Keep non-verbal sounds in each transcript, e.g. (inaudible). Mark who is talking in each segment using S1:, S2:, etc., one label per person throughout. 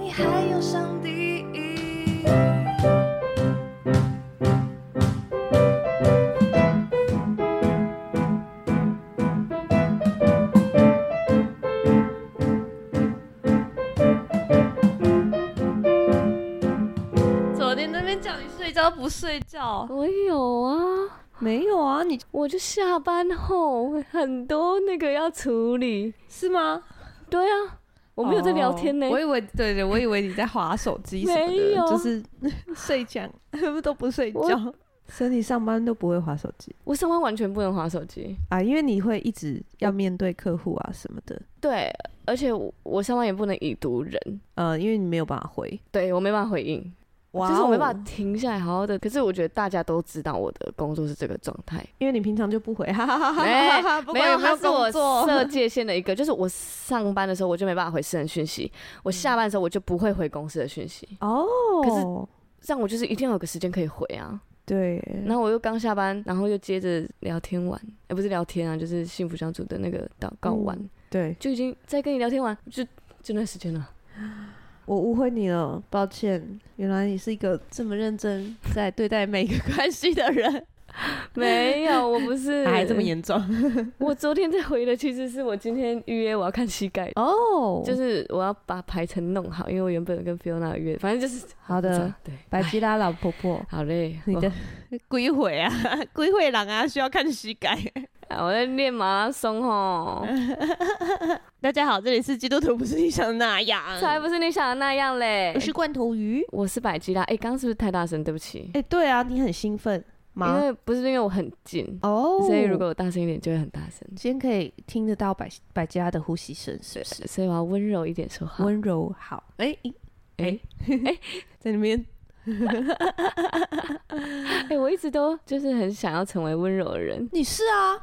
S1: 呃还有上帝。
S2: 昨天那边叫你睡觉不睡觉，
S3: 我有啊，
S2: 哦没有啊？你
S3: 我就下班后很多那个要处理。
S2: 是吗？
S3: 对啊，我没有在聊天呢、
S2: 哦我以为对对，我以为你在划手机什 (laughs) 么
S3: 没
S2: 的，
S3: 有
S2: 就是睡觉都不睡觉 (laughs)
S3: 我，
S2: 所以你上班都不会划手机
S3: 我上班完全不能划手机。
S2: 啊，因为你会一直要面对客户啊什么的，
S3: 对，而且我我上班也不能已读人，
S2: 呃，因为你没有办法回，
S3: 对我没办法回应，
S2: 哇
S3: 就是我没
S2: 哦
S3: 办法停下来好好的。可是我觉得大家都知道我的工作是这个状态，
S2: 因为你平常就不回，哈哈 (laughs) 哈哈
S3: 没
S2: 哈哈。不
S3: 没
S2: 管
S3: 有，
S2: 没有
S3: 它是我
S2: 工作
S3: 设界限的一个， (laughs) 就是我上班的时候我就没办法回私人讯息，
S2: 嗯
S3: 我下班的时候我就不会回公司的讯息，
S2: 哦，
S3: 这样我就是一定要有个时间可以回啊。
S2: 对，
S3: 然后我又刚下班，然后又接着聊天完，哎、不是聊天啊，就是幸福小组的那个祷告完，
S2: 嗯对
S3: 就已经在跟你聊天完，就就那时间
S2: (laughs)
S3: 了。
S2: 我误会你了，抱歉，原来你是一个这么认真在对待每个关系的人，
S3: 没有，我不是
S2: (laughs) 还这么严重
S3: 我昨天在回的其实是我今天预约我要看膝盖，
S2: 哦
S3: 就是是我要把排程弄好，因为我原本有跟 Fiona 约，反正就是
S2: (laughs) 好的，，
S3: 对，
S2: 白
S3: 哎
S2: 吉拉老婆婆，
S3: 好嘞，
S2: (laughs) 你的鬼会啊， (laughs) 鬼会人啊，需要看膝盖。 (laughs)
S3: 我啊我在练马拉松哦，
S2: 嗯大家好，这里是基督徒，不是你想的那样，
S3: 才不是你想的那样嘞
S2: 我。是罐头鱼。
S3: 我是百吉拉，哎，刚刚是不是太大声？对不起，
S2: 哎，对啊，你很兴奋
S3: 因
S2: 吗？
S3: 为不是因为我很近，
S2: 哦，
S3: 所以如果我大声一点就会很大声，
S2: 今天可以听得到百百吉拉的呼吸声，是不是？
S3: 所以我要温柔一点说话。
S2: 温柔好，哎、咦哎、
S3: 哎
S2: 在里面
S3: 哎，我一直都就是很想要成为温柔的人，
S2: 你是啊，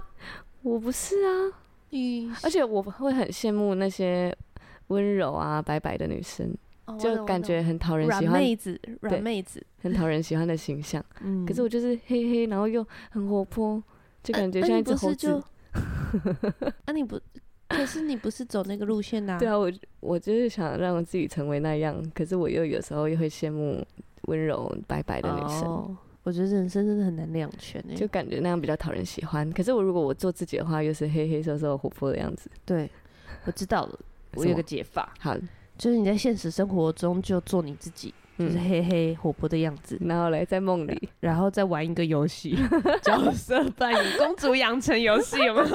S3: 我不是啊，
S2: 你
S3: 而且我会很羡慕那些温柔啊、白白的女生。
S2: 哦我
S3: 就
S2: 懂
S3: 感觉很讨
S2: 我懂
S3: 人
S2: 软
S3: 喜欢，
S2: 妹子，软
S3: 对
S2: 妹子，
S3: 很讨人喜欢的形象。
S2: 嗯
S3: 可是我就是黑黑，然后又很活泼，就感觉像一只猴子。。
S2: 那你不是就啊，你不，可是你不是走那个路线呐、
S3: 对啊，我我就是想让我自己成为那样，可是我又有时候又会羡慕温柔白白的女生。
S2: 哦，我觉得人生真的很难两全哎、
S3: 就感觉那样比较讨人喜欢，可是我如果我做自己的话，又是黑黑瘦瘦活泼的样子。
S2: 对，我知道了，我
S3: 什
S2: 有
S3: 么
S2: 个解法，
S3: 好，
S2: 就是你在现实生活中就做你自己，就是
S3: (laughs) 嗯，
S2: 黑黑活泼的样子，
S3: 然后嘞，在梦里，
S2: 然后再玩一个游戏，角色扮演公主养成游戏有没有？ (laughs)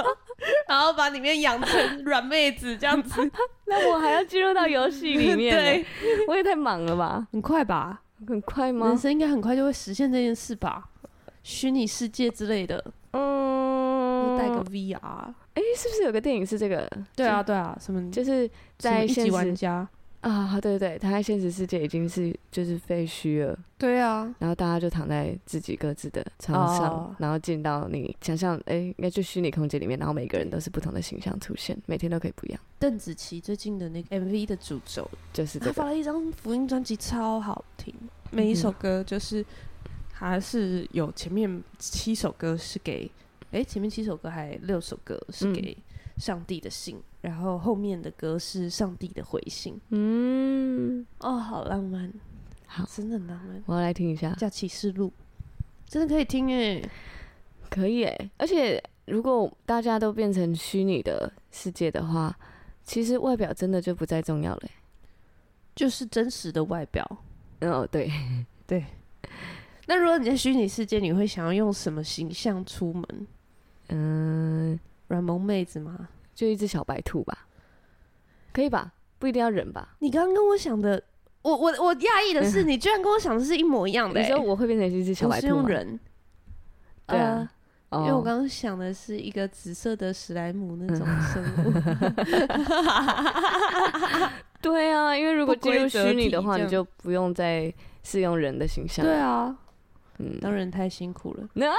S2: 然后把里面养成软妹子这样子，
S3: (laughs) 那我还要进入到游戏里面，
S2: 对，，
S3: 我也太忙了吧？
S2: 很快吧？
S3: 很快吗
S2: 人？生应该很快就会实现这件事吧？虚拟世界之类的，
S3: 嗯
S2: 就带个 VR。
S3: 哎、是不是有个电影是这个？
S2: 对啊，对啊，什么
S3: 就是
S2: 什么
S3: 在
S2: 一
S3: 现
S2: 级玩
S3: 实
S2: 家？
S3: 啊，对对，他在现实世界已经是就是废墟了，
S2: 对啊，
S3: 然后大家就躺在自己各自的床上，
S2: 哦
S3: 然后进到你想象，哎，应该就虚拟空间里面，然后每个人都是不同的形象出现，每天都可以不一样，
S2: 邓紫棋最近的那个 MV 的主轴，
S3: 就是
S2: 她
S3: 这
S2: 发
S3: 个。嗯
S2: 了一张福音专辑，超好听，每一首歌就是还是有前面七首歌是给，诶，前面七首歌还六首歌是
S3: 嗯
S2: 给上帝的信，然后后面的歌是上帝的回信。
S3: 嗯，
S2: 哦，好浪漫，
S3: 好
S2: 真的很浪漫，
S3: 我要来听一下，
S2: 叫《启示录》，真的可以听诶。
S3: 可以哎，而且如果大家都变成虚拟的世界的话，其实外表真的就不再重要了耶。
S2: 就是真实的外表。
S3: 哦，对，
S2: 那如果你在虚拟世界，你会想要用什么形象出门？
S3: 嗯、
S2: 软萌妹子吗？
S3: 就一只小白兔吧，可以吧？不一定要人吧？
S2: 你刚刚跟我想的，我我我讶异的是，你居然跟我想的是一模一样的、
S3: 嗯你
S2: 欸。
S3: 说我会变成一只小
S2: 我
S3: 白兔
S2: 是用
S3: 吗？
S2: 人，
S3: 对
S2: 呃
S3: 啊，
S2: 因为我
S3: 哦
S2: 刚刚想的是一个紫色的史莱姆那种
S3: 嗯 (laughs)
S2: 生物，啊
S3: 对啊，因为如果
S2: 不
S3: 进
S2: 规
S3: 入
S2: 则
S3: 虚拟
S2: 体
S3: 的话，
S2: 这
S3: 你
S2: 样
S3: 就不用再适用人的形象。
S2: 对，啊，
S3: (laughs) 嗯，
S2: 当然太辛苦了，
S3: 那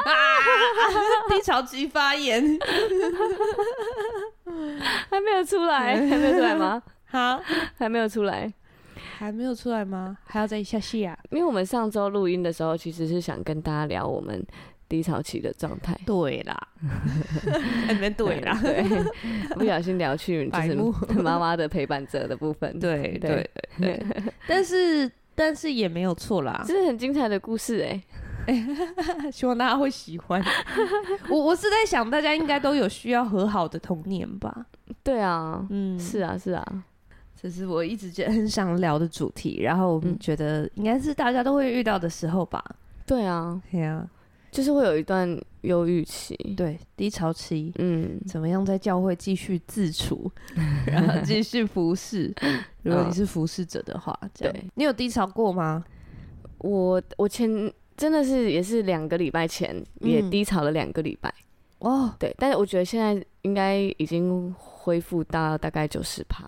S2: 低潮期发
S3: (laughs)
S2: 言，
S3: 还没有出 (laughs) 来，还没有出来吗？
S2: 好，
S3: 还没有出来，
S2: 还没有出来吗？还要再一下下、啊，
S3: 因为我们上周录音的时候，其实是想跟大家聊我们低潮期的状态。
S2: 对啦，哎你们 (laughs) 对啦，
S3: 对，不小心聊去就
S2: 白
S3: 是
S2: 目
S3: (laughs) 妈妈的陪伴者的部分，
S2: (laughs) 对对
S3: 对，
S2: 对对，但是但是也没有错啦，
S3: 这是很精彩的故事哎，
S2: (laughs) 希望大家会喜欢。 (laughs) 我我是在想，大家应该都有需要和好的童年吧？
S3: 对啊，
S2: 嗯，
S3: 是啊是啊，
S2: 这是我一直觉得很想聊的主题，然后我们
S3: 嗯
S2: 觉得应该是大家都会遇到的时候吧。
S3: 对啊，
S2: 对啊，
S3: 就是会有一段忧郁期，
S2: 对，低潮期
S3: 嗯，
S2: 怎么样在教会继续自 (laughs) 处，然后继续服侍？如果你是服侍者的话，这样
S3: 对
S2: 你有低潮过吗？
S3: 我我前真的是也是两个礼拜前也
S2: 嗯
S3: 低潮了两个礼拜，
S2: 哦，
S3: 对，但是我觉得现在应该已经恢复到大概九十趴，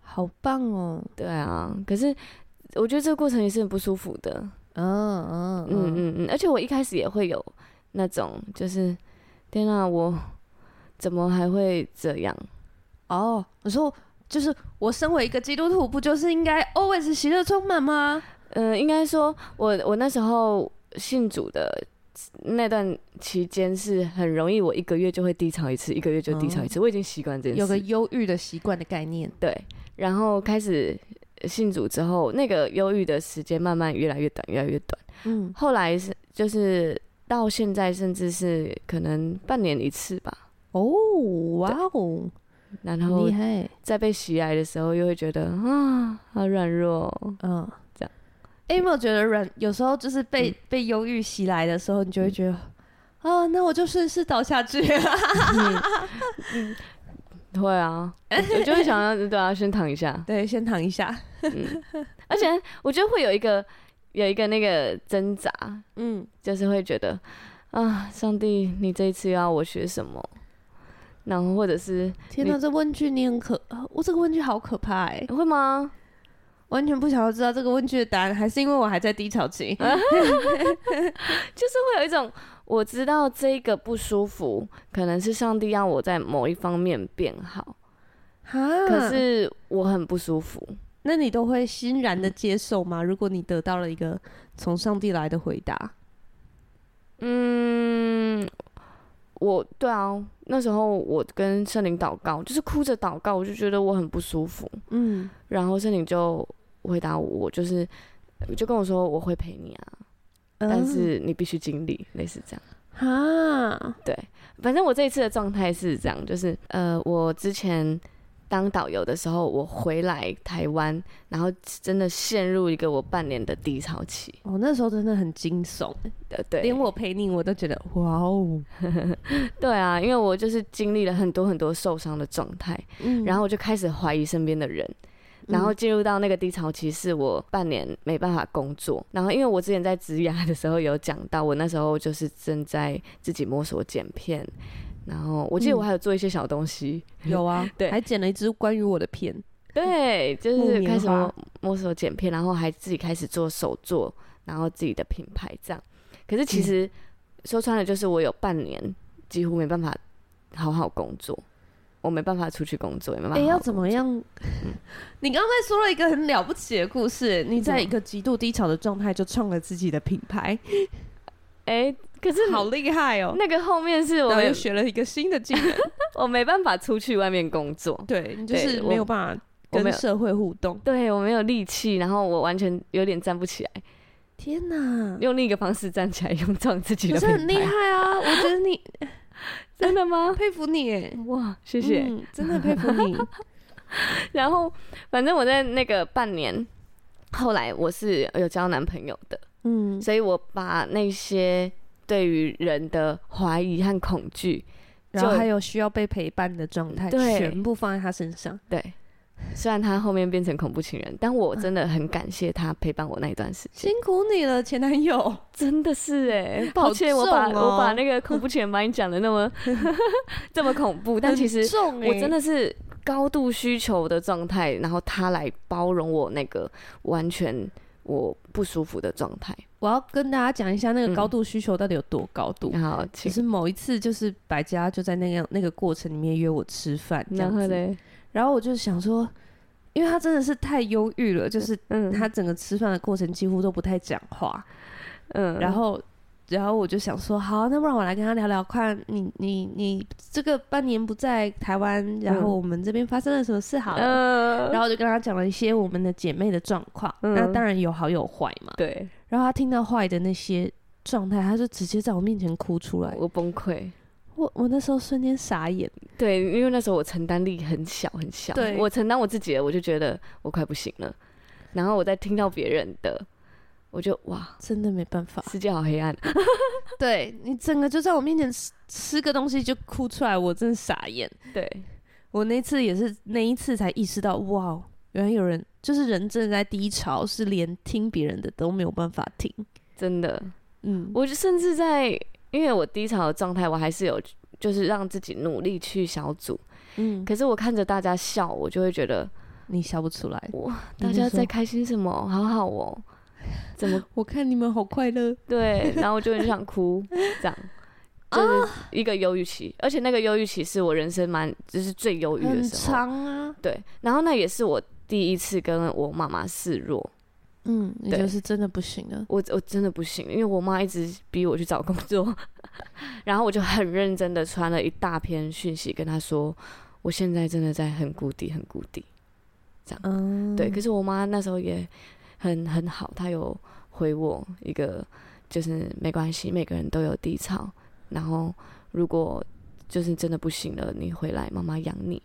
S2: 好棒哦，
S3: 对啊，可是我觉得这个过程也是很不舒服的，
S2: 嗯嗯
S3: 嗯
S2: 嗯，
S3: 嗯嗯，而且我一开始也会有那种就是天啊，我怎么还会这样？
S2: 哦，你说就是我身为一个基督徒，不就是应该 always 喜乐充满吗？
S3: 嗯、应该说我我那时候信主的。那段期间是很容易，我一个月就会低潮一次，一个月就低潮一次，我已经习惯这件事。
S2: 哦有个忧郁的习惯的概念，
S3: 对，然后开始呃信主之后，那个忧郁的时间慢慢越来越短，越来越短。
S2: 嗯，
S3: 后来是就是到现在，甚至是可能半年一次吧。
S2: 哦，哇哦，
S3: 然
S2: 很
S3: 后
S2: 厉害，
S3: 在被袭来的时候，又会觉得啊，好软弱哦。
S2: 嗯，
S3: 这样。
S2: 哎，有没有觉得软？有时候就是被、被忧郁袭来的时候，你就会觉得，啊，那我就顺势倒下去。
S3: 会啊，我我就会想要对啊，先躺一下。
S2: 对，先躺一下。
S3: 而且我觉得会有一个有一个那个挣扎，
S2: 嗯，
S3: 就是会觉得啊，上帝，你这一次要我学什么？然后或者是
S2: 天哪，这问句你很可，啊我这个问句好可怕哎、
S3: 会吗？
S2: 完全不想要知道这个问句的答案，还是因为我还在低潮期。
S3: 就是会有一种我知道这个不舒服，可能是上帝让我在某一方面变好，
S2: 哈
S3: 可是我很不舒服。
S2: 那你都会欣然的接受吗？如果你得到了一个从上帝来的回答，
S3: 嗯，我对啊，那时候我跟圣灵祷告，就是哭着祷告，我就觉得我很不舒服，
S2: 嗯，
S3: 然后圣灵就回答我，我就是就跟我说我会陪你啊，
S2: 嗯
S3: 但是你必须经历，类似这样。
S2: 哈，
S3: 反正我这一次的状态是这样，就是呃，我之前当导游的时候，我回来台湾，然后真的陷入一个我半年的低潮期。
S2: 我、哦那时候真的很惊悚，
S3: 呃，对
S2: 连，我陪你我都觉得哇哦，
S3: 对啊，因为我就是经历了很多很多受伤的状态，
S2: 嗯
S3: 然后我就开始怀疑身边的人。然后进入到那个低潮期，是我半年没办法工作。然后因为我之前在职涯的时候有讲到，我那时候就是正在自己摸索剪片，然后我记得我
S2: 嗯
S3: 还有做一些小东西，
S2: 有啊，
S3: 对
S2: 还剪了一支关于我的片， (laughs)
S3: 对，就
S2: 木
S3: 是
S2: 棉
S3: 开始
S2: 花
S3: 摸摸索剪片，然后还自己开始做手作，然后自己的品牌这样。可是其
S2: 嗯
S3: 实、说穿了，就是我有半年几乎没办法好好工作，我没办法出去工作，也没办
S2: 哎、
S3: 法好好工作。
S2: 要怎么样？ (laughs) 你刚才说了一个很了不起的故事，你在一个极度低潮的状态就创了自己的品牌，
S3: 哎、可是
S2: (laughs) 好厉害哦！
S3: 那个后面是我
S2: 然后
S3: 没
S2: 又学了一个新的技能，
S3: 我没办法出去外面工作，
S2: (laughs) 对你就
S3: 对
S2: 是
S3: 我
S2: 没有办法
S3: 我没
S2: 跟
S3: 有
S2: 社会互动。
S3: 对我没有力气，然后我完全有点站不起来，
S2: 天哪，
S3: 用另一个方式站起来， (laughs) 用创自己
S2: 可
S3: 的
S2: 是
S3: 品
S2: 很厉
S3: 牌。
S2: 害啊！我觉得你 (laughs)
S3: 真的吗？
S2: 佩服你耶，
S3: 哇，谢
S2: 谢
S3: 谢。
S2: 真的佩服 (laughs) 你。
S3: 然后，反正我在那个半年，后来我是有交男朋友的，
S2: 嗯，
S3: 所以我把那些对于人的怀疑和恐惧，
S2: 然后
S3: 就
S2: 还有需要被陪伴的状态，
S3: 对
S2: 全部放在他身上。
S3: 对，虽然他后面变成恐怖情人，但我真的很感谢他陪伴我那一段时间
S2: (laughs) 辛，苦你了，前男友。
S3: 真的是哎、
S2: 欸好
S3: 抱歉，我把、
S2: 重哦
S3: 我把那个恐怖情人把你讲的那么 (laughs) 这么恐怖，但其实
S2: 很重
S3: 我真
S2: 的
S3: 的是高度需求的状态，然后他来包容我那个完全我不舒服的状态。
S2: 我要跟大家讲一下那个
S3: 嗯
S2: 高度需求到底有多高度。
S3: 然后
S2: 其
S3: 请
S2: 实某一次就是百家就在那样那个过程里面约我吃饭， (laughs) 这
S3: 然
S2: 样
S3: 后
S2: 子。
S3: 嘞，
S2: 然后我就想说，因为他真的是太忧郁了，就是
S3: 嗯
S2: 他整个吃饭的过程几乎都不太讲话，
S3: 嗯
S2: 然后然后我就想说，好，那不然我来跟他聊聊，看你你你这个半年不在台湾，然后
S3: 嗯
S2: 我们这边发生了什么事好了。
S3: 嗯，
S2: 然
S3: 后
S2: 后我就跟他讲了一些我们的姐妹的状况，
S3: 嗯
S2: 那当然有好有坏嘛。
S3: 对
S2: 然后他听到坏的那些状态，他就直接在我面前哭出来。
S3: 我崩溃。
S2: 我我那时候瞬间傻眼，
S3: 对，因为那时候我承担力很小很小，
S2: 对
S3: 我承担我自己的，我就觉得我快不行了。然后我再听到别人的，我就哇，
S2: 真的没办法。
S3: 世界好黑暗。
S2: (laughs) 对你整个就在我面前吃吃个东西就哭出来，我真的傻眼。
S3: 对，
S2: 我那次也是那一次才意识到，哇，原来有人就是人正在低潮，是连听别人的都没有办法听。
S3: (laughs) 真的，
S2: 嗯，
S3: 我就甚至在因为我低潮的状态，我还是有就是让自己努力去小组。
S2: 嗯，
S3: 可是我看着大家笑，我就会觉得
S2: 你笑不出来。
S3: 哇，
S2: 你
S3: 大
S2: 就
S3: 家在
S2: 说
S3: 开心什么？好好哦，怎么 (laughs)
S2: 我看你们好快乐，
S3: 对，然后我就很想哭，这
S2: (laughs)
S3: 样就是
S2: 啊
S3: 一个忧郁期，而且那个忧郁期是我人生蛮就是最忧郁的
S2: 很
S3: 时候，
S2: 长啊。
S3: 对，然后那也是我第一次跟我妈妈示弱，
S2: 嗯，你
S3: 对
S2: 就是真的不行了。
S3: 我我真的不行，因为我妈一直逼我去找工作， (laughs) 然后我就很认真的传了一大篇讯息跟她说，我现在真的在很谷底，很谷底，
S2: 嗯，
S3: 对，可是我妈那时候也很很好，她有回我一个，就是没关系，每个人都有低潮，然后如果就是真的不行了，你回来，妈妈养你。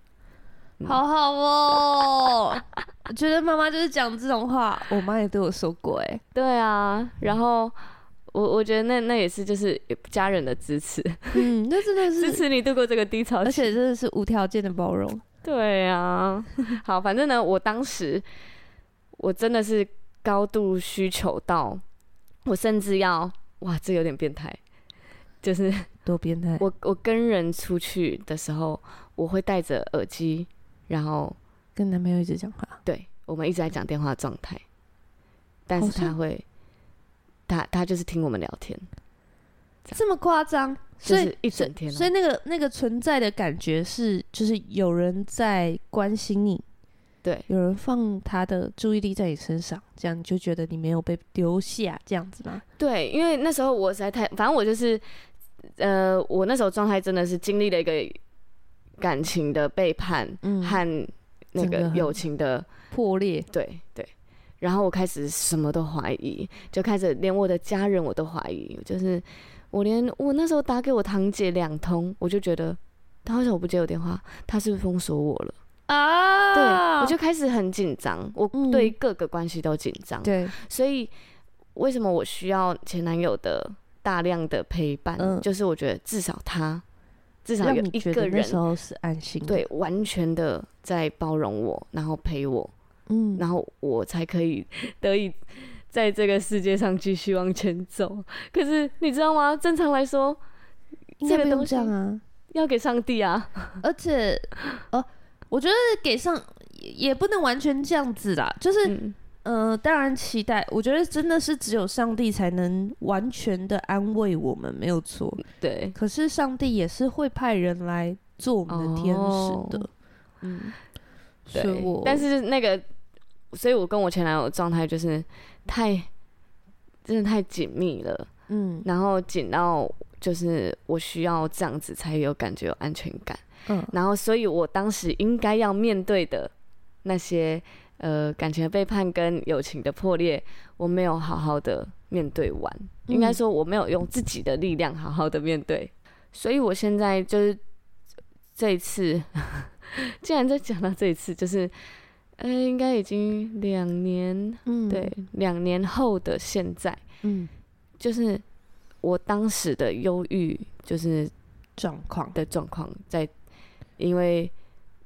S3: 嗯
S2: 好好哦。 (laughs) 我觉得妈妈就是讲这种话，我妈也对我说过、哎，
S3: 对啊，然后我我觉得那那也是就是家人的支持，
S2: 嗯， (laughs) 那真的
S3: 支
S2: 是，
S3: 持你度过这个低潮
S2: 而
S3: 期。
S2: 且真的是无条件的包容。
S3: 对啊，好，反正呢，我当时我真的是高度需求到，我甚至要哇，这有点变态，就是
S2: 多变态！
S3: 我我跟人出去的时候，我会戴着耳机，然后
S2: 跟男朋友一直讲话，
S3: 对我们一直在讲电话的状态，但
S2: 好
S3: 是他
S2: 像
S3: 会，他他就是听我们聊天，
S2: 这么夸张，
S3: 就
S2: 所以
S3: 是一整天、
S2: 所以
S3: 哦。
S2: 那个那个存在的感觉是，就是有人在关心你，
S3: 对
S2: 有人放他的注意力在你身上，这样你就觉得你没有被丢下，这样子吗？
S3: 对，因为那时候我实在太，反正我就是，呃，我那时候状态真的是经历了一个感情的背叛
S2: 嗯
S3: 和那
S2: 真的
S3: 个
S2: 很
S3: 友情的
S2: 破裂，
S3: 对对，然后我开始什么都怀疑，就开始连我的家人我都怀疑，就是我连我那时候打给我堂姐两通，我就觉得她为什么不接我电话？她是不是封锁我了？
S2: 啊
S3: 对，我就开始很紧张，我
S2: 嗯
S3: 对各个关系都紧张，
S2: 对，
S3: 所以为什么我需要前男友的大量的陪伴？
S2: 嗯
S3: 就是我觉得至少他至少
S2: 让
S3: 有
S2: 你
S3: 一
S2: 觉
S3: 个
S2: 得那
S3: 人
S2: 时候嗯是安心的，
S3: 对完全的在包容我，然后陪我，
S2: 嗯，
S3: 然后我才可以 (laughs) 得以在这个世界上继续往前走。可是你知道吗？正常来说，
S2: 应
S3: 这
S2: 该
S3: 个
S2: 不用
S3: 东西
S2: 这样啊。
S3: 要给上帝啊，
S2: 而且，呃，我觉得给上也也不能完全这样子啦，就是
S3: 嗯，
S2: 呃，当然期待，我觉得真的是只有上帝才能完全的安慰我们，没有错。
S3: 对，
S2: 可是上帝也是会派人来做我们的天使的，嗯，所以
S3: 对
S2: 我，
S3: 但是那个，所以我跟我前男友的状态就是太，真的太紧密了，
S2: 嗯
S3: 然后紧到就是我需要这样子才有感觉有安全感，
S2: 嗯
S3: 然后所以我当时应该要面对的那些呃感情的背叛跟友情的破裂，我没有好好的面对完，
S2: 嗯
S3: 应该说我没有用自己的力量好好的面对，所以我现在就是这一次， (laughs) 既然在讲到这一次，就是呃应该已经两年，
S2: 嗯
S3: 对，两年后的现在，
S2: 嗯
S3: 就是我当时的忧郁就是
S2: 状况
S3: 的状况，在因为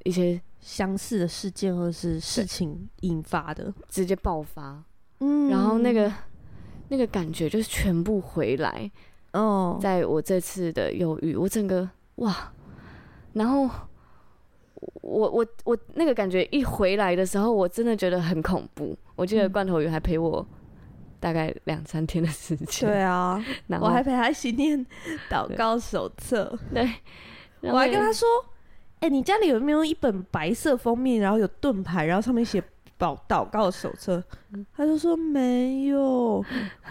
S3: 一些
S2: 相似的事件或是事情引发的，
S3: 直接爆发，
S2: 嗯
S3: 然后那个那个感觉就是全部回来，
S2: 哦，
S3: 在我这次的忧郁，我整个哇，然后我我我那个感觉一回来的时候，我真的觉得很恐怖。我记得
S2: 嗯
S3: 罐头鱼还陪我大概两三天的时间，
S2: 对，啊，
S3: 然后
S2: 我还陪他一起念祷告手册，
S3: 对，然
S2: 我还
S3: 后
S2: 跟他说，哎、你家里有没有一本白色封面，然后有盾牌，然后上面写祷祷告手册？他就说没有，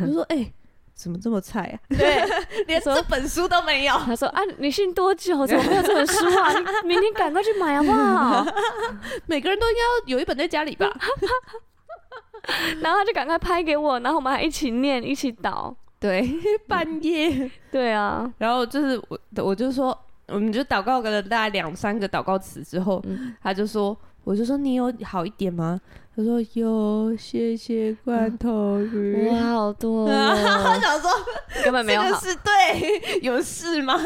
S2: 我就说哎。怎么这么菜啊？
S3: 对，
S2: (laughs) 连
S3: 说
S2: 这本书都没有。
S3: 他说啊，你信多久？怎么没有这本书啊？你明天赶快去买好不好？
S2: (laughs)
S3: (laughs)
S2: 每个人都应该要有一本在家里吧？
S3: 然后他就赶快拍给我，然后我们还一起念，一起导。
S2: (laughs) (laughs) 对，半夜，
S3: 对啊，
S2: (laughs) 然后就是我，我就说，我们就祷告了大概两三个祷告词之后，
S3: 嗯
S2: 他就说，我就说你有好一点吗？他说有，谢谢罐头鱼。 (laughs)
S3: 我好多
S2: 我 (laughs)
S3: 哦，
S2: 想说，
S3: 根本没
S2: 这
S3: 有
S2: 个
S3: 好。
S2: 是对 (laughs) 有事吗？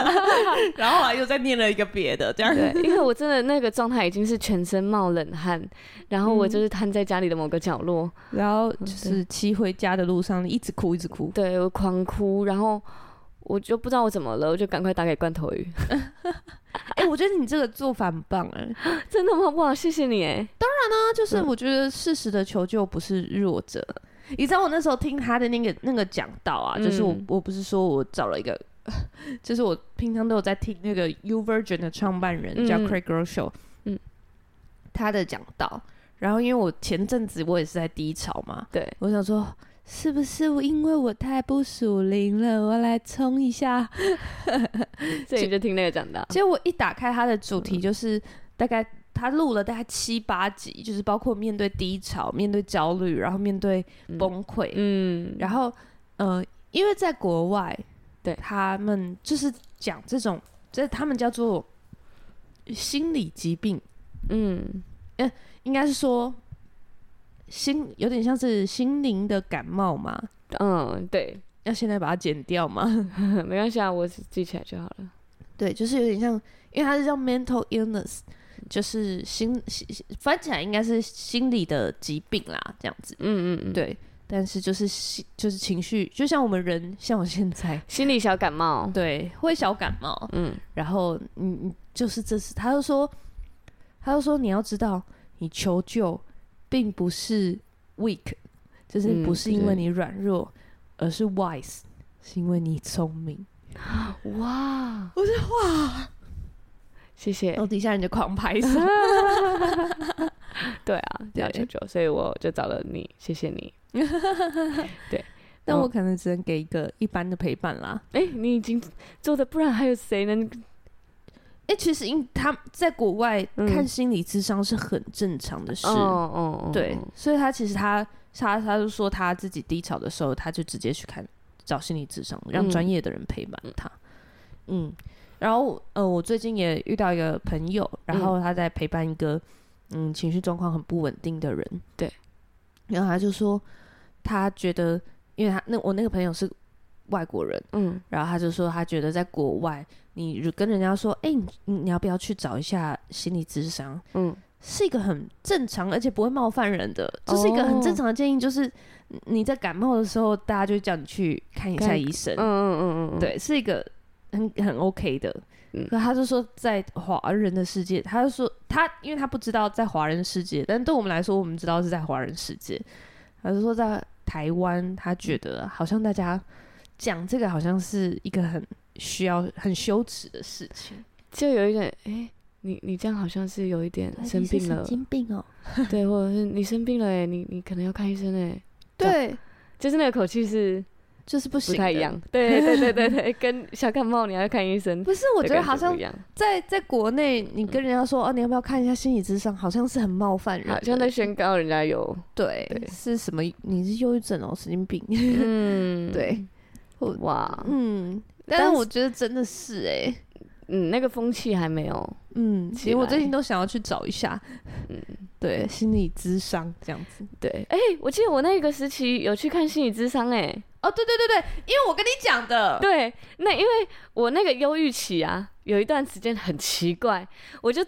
S2: 然后啊，又再念了一个别的，这
S3: (laughs)
S2: 样 (laughs)
S3: 对，因为我真的那个状态已经是全身冒冷汗，然后我
S2: 嗯
S3: 就是瘫在家里的某个角落，
S2: 然后就是骑回家的路上，一直哭，一直哭。
S3: 对我狂哭，然后我就不知道我怎么了，我就赶快打给罐头鱼。 (laughs)
S2: 哎、我觉得你这个做法很棒哎、
S3: 真的吗？哇，谢谢你
S2: (laughs)
S3: 哎，
S2: 那就是我觉得适时的求救不是弱者。你知道我那时候听他的那个那个讲道啊，就是我
S3: 嗯
S2: 我不是说我找了一个， (laughs) 就是我平常都有在听那个 U Virgin 的创办人叫
S3: 嗯
S2: Craig Groeschel，
S3: 嗯
S2: 他的讲道。然后因为我前阵子我也是在低潮嘛，
S3: 对，
S2: 我想说是不是因为我太不属灵了，我来冲一下。
S3: 所以你就听那个讲的，啊
S2: 结果我一打开他的主
S3: 嗯
S2: 题，就是大概他录了大概七八集，就是包括面对低潮、面对焦虑，然后面对
S3: 嗯
S2: 崩溃，
S3: 嗯，
S2: 然后呃，因为在国外，
S3: 对
S2: 他们就是讲这种，这他们叫做心理疾病，
S3: 嗯
S2: 应该是说心有点像是心灵的感冒嘛。
S3: 嗯，对， (laughs)
S2: 要现在把它剪掉吗？
S3: 没关系啊，我记起来就好了。
S2: 对，就是有点像，因为它是叫 mental illness，就是心心翻起来应该是心理的疾病啦，这样子。
S3: 嗯嗯嗯，，
S2: 对，但是就是心就是情绪，就像我们人，像我现在，
S3: 心理小感冒。
S2: 对，会小感冒，
S3: 嗯，
S2: 然后你你就是这是，他就说，他就说你要知道，你求救并不是 weak，就是
S3: 嗯
S2: 不是因
S3: 对
S2: 为你软弱，而是 wise，是因为你聪明。
S3: 哇，我说哇，嗯谢谢
S2: 然。后底下人就狂拍手，
S3: 对啊，
S2: 对
S3: 要求救，所以我就找了你，谢谢你。
S2: 但我可能只能给一个一般的陪伴啦。
S3: 哎、你已经做的，不然还有谁能？
S2: 哎、其实因他在国外
S3: 嗯
S2: 看心理智商是很正常的事，
S3: 哦
S2: 对，所以他其实他他他就说他自己低潮的时候，他就直接去看找心理智商，让
S3: 嗯
S2: 专业的人陪伴他。嗯，然后呃，我最近也遇到一个朋友，然后他在陪伴一个嗯情绪状况很不稳定的人，
S3: 对，
S2: 然后他就说他觉得，因为他那我那个朋友是外国人，
S3: 嗯
S2: 然后他就说，他觉得在国外，你如跟人家说，哎、你你你要不要去找一下心理咨商？
S3: 嗯，
S2: 是一个很正常，而且不会冒犯人的，这是一个很正常的建议。就是你你在感冒的时候，大家就叫你去看一下
S3: 看
S2: 医生
S3: 嗯，嗯嗯嗯，，
S2: 对，是一个很很 OK 的。
S3: 嗯
S2: 可他就说，在华人的世界，他就说他，因为他不知道在华人世界，但对我们来说，我们知道是在华人世界。他就说，在台湾，他觉得好像大家讲这个好像是一个很需要、很羞耻的事情。
S3: 就有一点，哎、你你这样好像是有一点生病了，
S2: 病哦，
S3: 对，或者是你生病了、哎，你你可能要看医生、哎，
S2: 对，
S3: 就是那个口气是
S2: 就是不
S3: 不
S2: 行，
S3: 太一。样，对对对 (laughs) 对对，跟小感冒你要看医生，
S2: 不是，我
S3: 的
S2: 觉得
S3: 感
S2: 好像
S3: 不一样，嗯
S2: 在在国内，你跟人家说哦，你要不要看一下心理智商，好像是很冒犯人的，
S3: 好像在宣告人家有，
S2: 对
S3: 对
S2: 是什么？你是忧郁症哦，神经病。
S3: (laughs) 嗯，
S2: (laughs) 对，我
S3: 哇，
S2: 嗯，
S3: 但
S2: 但是
S3: 是
S2: 我觉得真的是哎、
S3: 嗯，那个风气还没有，
S2: 嗯，
S3: 起
S2: 其实我
S3: 来
S2: 最近都想要去找一下，
S3: 嗯，
S2: 对，心理智商这样子。
S3: 对，哎、我记得我那个时期有去看心理咨商、哎，
S2: 哦，对对对对，因为我跟你讲的，
S3: 对，那因为我那个忧郁期啊，有一段时间很奇怪，我就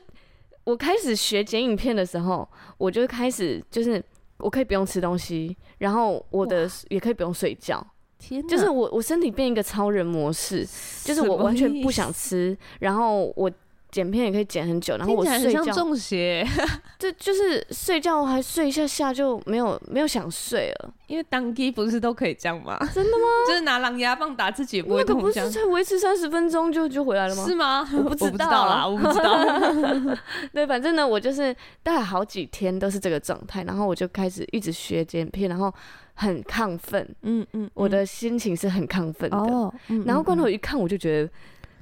S3: 我开始学剪影片的时候，我就开始就是我可以不用吃东西，然后我的也可以不用睡觉，
S2: 天哪，
S3: 就是我我身体变一个超人模式，就是
S2: 什
S3: 我
S2: 么
S3: 完全
S2: 意
S3: 不想
S2: 思
S3: 吃，然后我剪片也可以剪很久，然后
S2: 听
S3: 我
S2: 起来
S3: 睡
S2: 很像
S3: 觉，
S2: 中邪， (laughs)
S3: 这就是睡觉我还睡一下下就没有没有想睡了，
S2: 因为当机不是都可以这样吗？
S3: 真的吗？
S2: (laughs) 就是拿狼牙棒打自己也不
S3: 那
S2: 会
S3: 个
S2: 痛
S3: 不
S2: 这
S3: 是
S2: 样，
S3: 才维持三十分钟就就回来了吗？
S2: 是吗？
S3: 我不
S2: (laughs) 我
S3: 知
S2: 不知
S3: 道
S2: 道啦，我不知道。 (laughs)
S3: 对，反正呢，我就是大概好几天都是这个状态，然后我就开始一直学剪片，然后很亢奋，
S2: 嗯嗯，
S3: 我的心情是很亢奋的。
S2: 哦，
S3: 然后罐头一看我就觉得，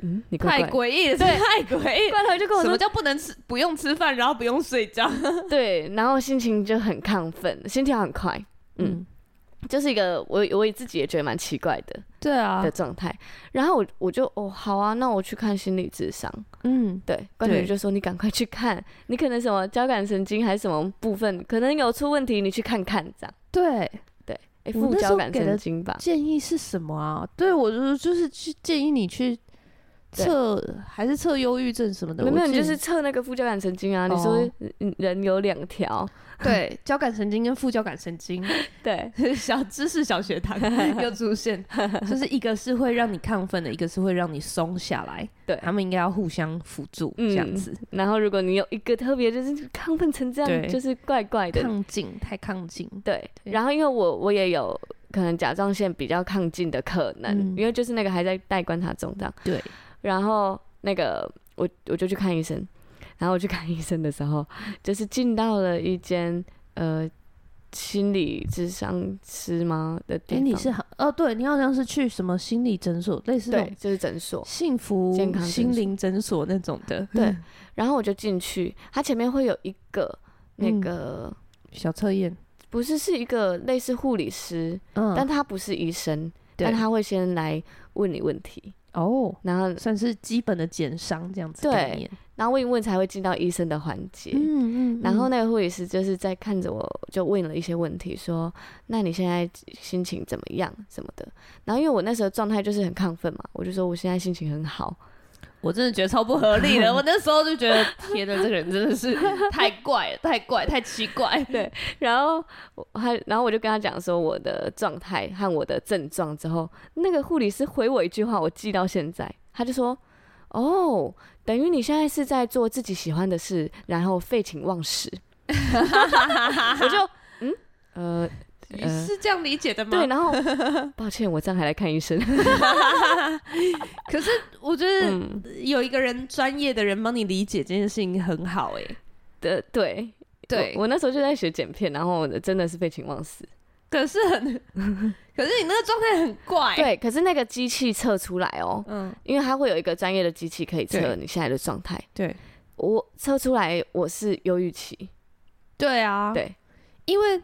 S3: 嗯，你怪 (laughs)
S2: 太
S3: 怪的。
S2: 诡异了，
S3: 对
S2: 太诡异了。
S3: 罐头就跟我
S2: 什么
S3: 说
S2: 叫不能吃、不用吃饭，然后不用睡觉？
S3: 对，然后心情就很亢奋，心跳很快，嗯，就是一个我我也自己也觉得蛮奇怪的、
S2: 对啊
S3: 的，状态。然后我我就哦好啊，那我去看心理智商。
S2: 嗯，
S3: 对，罐头
S2: 对
S3: 就说你赶快去看， (laughs) 你可能什么交感神经还是什么部分可能有出问题，你去看看这样。
S2: 对。
S3: 哎，
S2: 我
S3: 副
S2: 那时
S3: 交
S2: 候
S3: 感
S2: 给的
S3: 神经吧，
S2: 建议是什么啊？对我就是就是去建议你去
S3: 对
S2: 测，还是测忧郁症什么的。
S3: 没有没
S2: 我
S3: 有，你
S2: 建
S3: 就
S2: 议
S3: 是测那个副交感神经啊。你
S2: 哦
S3: 说人人有两条，
S2: (laughs) 对交感神经跟副交感神经
S3: 对
S2: (laughs) 小知识小学 (laughs) 堂又出现，就是一个是会让你亢奋的，一个是会让你松下来。
S3: 对
S2: 他们应该要互相辅助，
S3: 嗯
S2: 这样子
S3: 然后如果你有一个特别就是亢奋成这样，
S2: 对
S3: 就是怪怪的，
S2: 亢进太亢进。
S3: 对。
S2: 对
S3: 然后因为我我也有可能甲状腺比较亢进的可能，
S2: 嗯
S3: 因为就是那个还在待观察中这样。
S2: 对，
S3: 然后那个我我就去看医生，然后我去看 (laughs) 医生的时候，就是进到了一间呃心理智商师吗的地
S2: 哎、
S3: 方，
S2: 你是好哦，对你好像是去什么心理诊所，类似那
S3: 对
S2: 种，
S3: 就是诊所。
S2: 幸福
S3: 健康诊
S2: 心
S3: 所
S2: 灵诊所那种的，
S3: 对，然后我就进去，它前面会有一个那
S2: 嗯
S3: 个、
S2: (laughs) 小测验。
S3: 不是是一个类似护理师，
S2: 嗯，
S3: 但他不是医生，
S2: 对
S3: 但他会先来问你问题，
S2: 哦，
S3: 然后
S2: 算是基本的减伤这样子
S3: 对
S2: 概念。
S3: 然后问一问才会进到医生的环节。
S2: 嗯
S3: 然后那个护理师就是在看着我，就问了一些问题，说：“那你现在心情怎么样？什么的。”然后因为我那时候状态就是很亢奋嘛，我就说我现在心情很好。 (laughs)
S2: 我真的觉得超不合理的， (laughs) 我那时候就觉得，天哪，这个人真的 (laughs) 是太怪了，太怪，太奇 (laughs) 怪。
S3: 对然后我还，然后我就跟他讲说我的状态和我的症状之后，那个护理师回我一句话，我记到现在，他就说：“哦，等于你现在是在做自己喜欢的事，然后废寝忘食。”我就嗯呃
S2: 你是这样理解的吗？
S3: 对，然后
S2: (laughs)
S3: 抱歉，我这样还来看医生。
S2: 可是我觉得
S3: 嗯，
S2: 有一个人专业的人帮你理解这件事情很好哎、 (laughs)
S3: 对对我，我那时候就在学剪片，然后我真的是废寝忘食。
S2: 可是很， (laughs) 可是你那个状态很怪。，
S3: 对，可是那个机器测出来哦，
S2: 嗯，
S3: 因为它会有一个专业的机器可以测
S2: 对
S3: 你现在的状态。
S2: 对，
S3: 我测出来我是忧郁期，
S2: 对啊，
S3: 对，
S2: 因为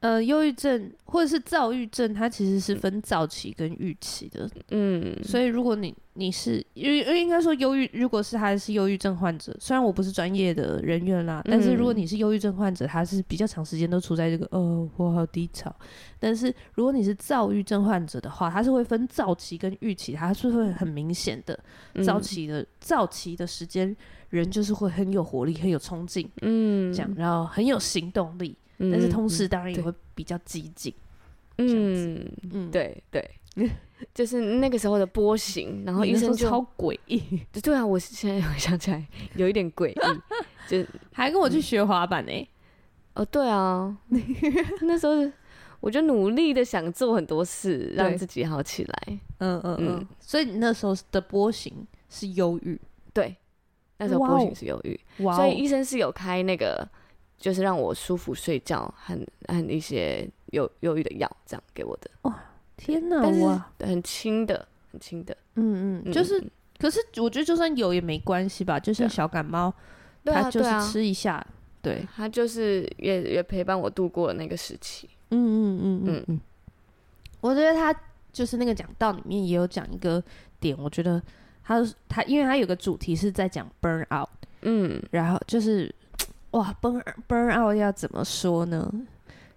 S2: 呃，忧郁症或者是躁郁症，它其实是分躁期跟郁期的，
S3: 嗯，
S2: 所以如果你你是因为因为应该说忧郁，如果是他是忧郁症患者，虽然我不是专业的人员啦，但是
S3: 嗯
S2: 如果你是忧郁症患者，他是比较长时间都处在这个呃我好低潮。但是如果你是躁郁症患者的话，他是会分躁期跟预期，他是会很明显的。
S3: 嗯
S2: 躁，期的躁期的时间，人就是会很有活力，很有冲劲，
S3: 嗯
S2: 这样，然后很有行动力，
S3: 嗯
S2: 但是同，时当然也
S3: 对
S2: 会比较激进。这样
S3: 嗯，
S2: 嗯，，
S3: 对
S2: (laughs)
S3: 对。就是那个时候的波形，然后医生就
S2: 超诡
S3: (laughs)
S2: 异，
S3: 对啊，我现在回 (laughs) 想起来有一点诡异，就
S2: 还跟我去学滑板呢、
S3: 哦，对
S2: (laughs)
S3: 啊，那时候我就努力的想做很多事，让
S2: 对
S3: 自己好起来。
S2: 嗯嗯
S3: 嗯
S2: 嗯，所以你那时候的波形是忧郁，
S3: 对，那时候
S2: 哇
S3: 波
S2: 哦
S3: 形是忧郁，
S2: 哇哦
S3: 所以医生是有开那个，就是让我舒服睡觉和和一些忧忧郁的药，这样给我的，
S2: 天哪，
S3: 但是
S2: 哇
S3: 很轻的，很轻的，
S2: 嗯嗯，就是，可是我觉得就算有也没关系吧，就
S3: 对
S2: 像
S3: 啊
S2: 小感冒，
S3: 对啊
S2: 它就
S3: 对啊
S2: 是吃一下，对，
S3: 他就是也也陪伴我度过了那个时期。
S2: 嗯嗯嗯嗯嗯，我觉得他就是那个讲道里面也有讲一个点，我觉得他他因为他有个主题是在讲 burn out，
S3: 嗯，
S2: 然后就是哇，burn burn out 要怎么说呢？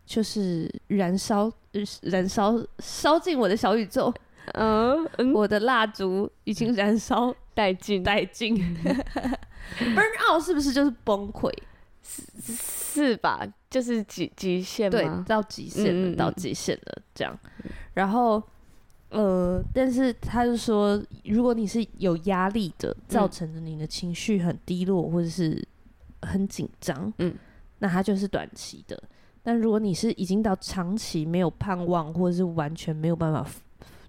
S2: 就是燃烧，呃燃烧，烧尽我的小宇宙，
S3: 嗯嗯，
S2: 我的蜡烛已经燃烧
S3: 带劲，
S2: 殆尽。burn out 是不是就是崩溃？
S3: 是吧？就是极极限
S2: 对，
S3: 吗？
S2: 到极限
S3: 嗯嗯嗯
S2: 了，到极限了，这样。然后呃，但是他就说，如果你是有压力的，
S3: 嗯
S2: 造成的你的情绪很低落或者是很紧张，
S3: 嗯，
S2: 那它就是短期的。但如果你是已经到长期没有盼望，或者是完全没有办法，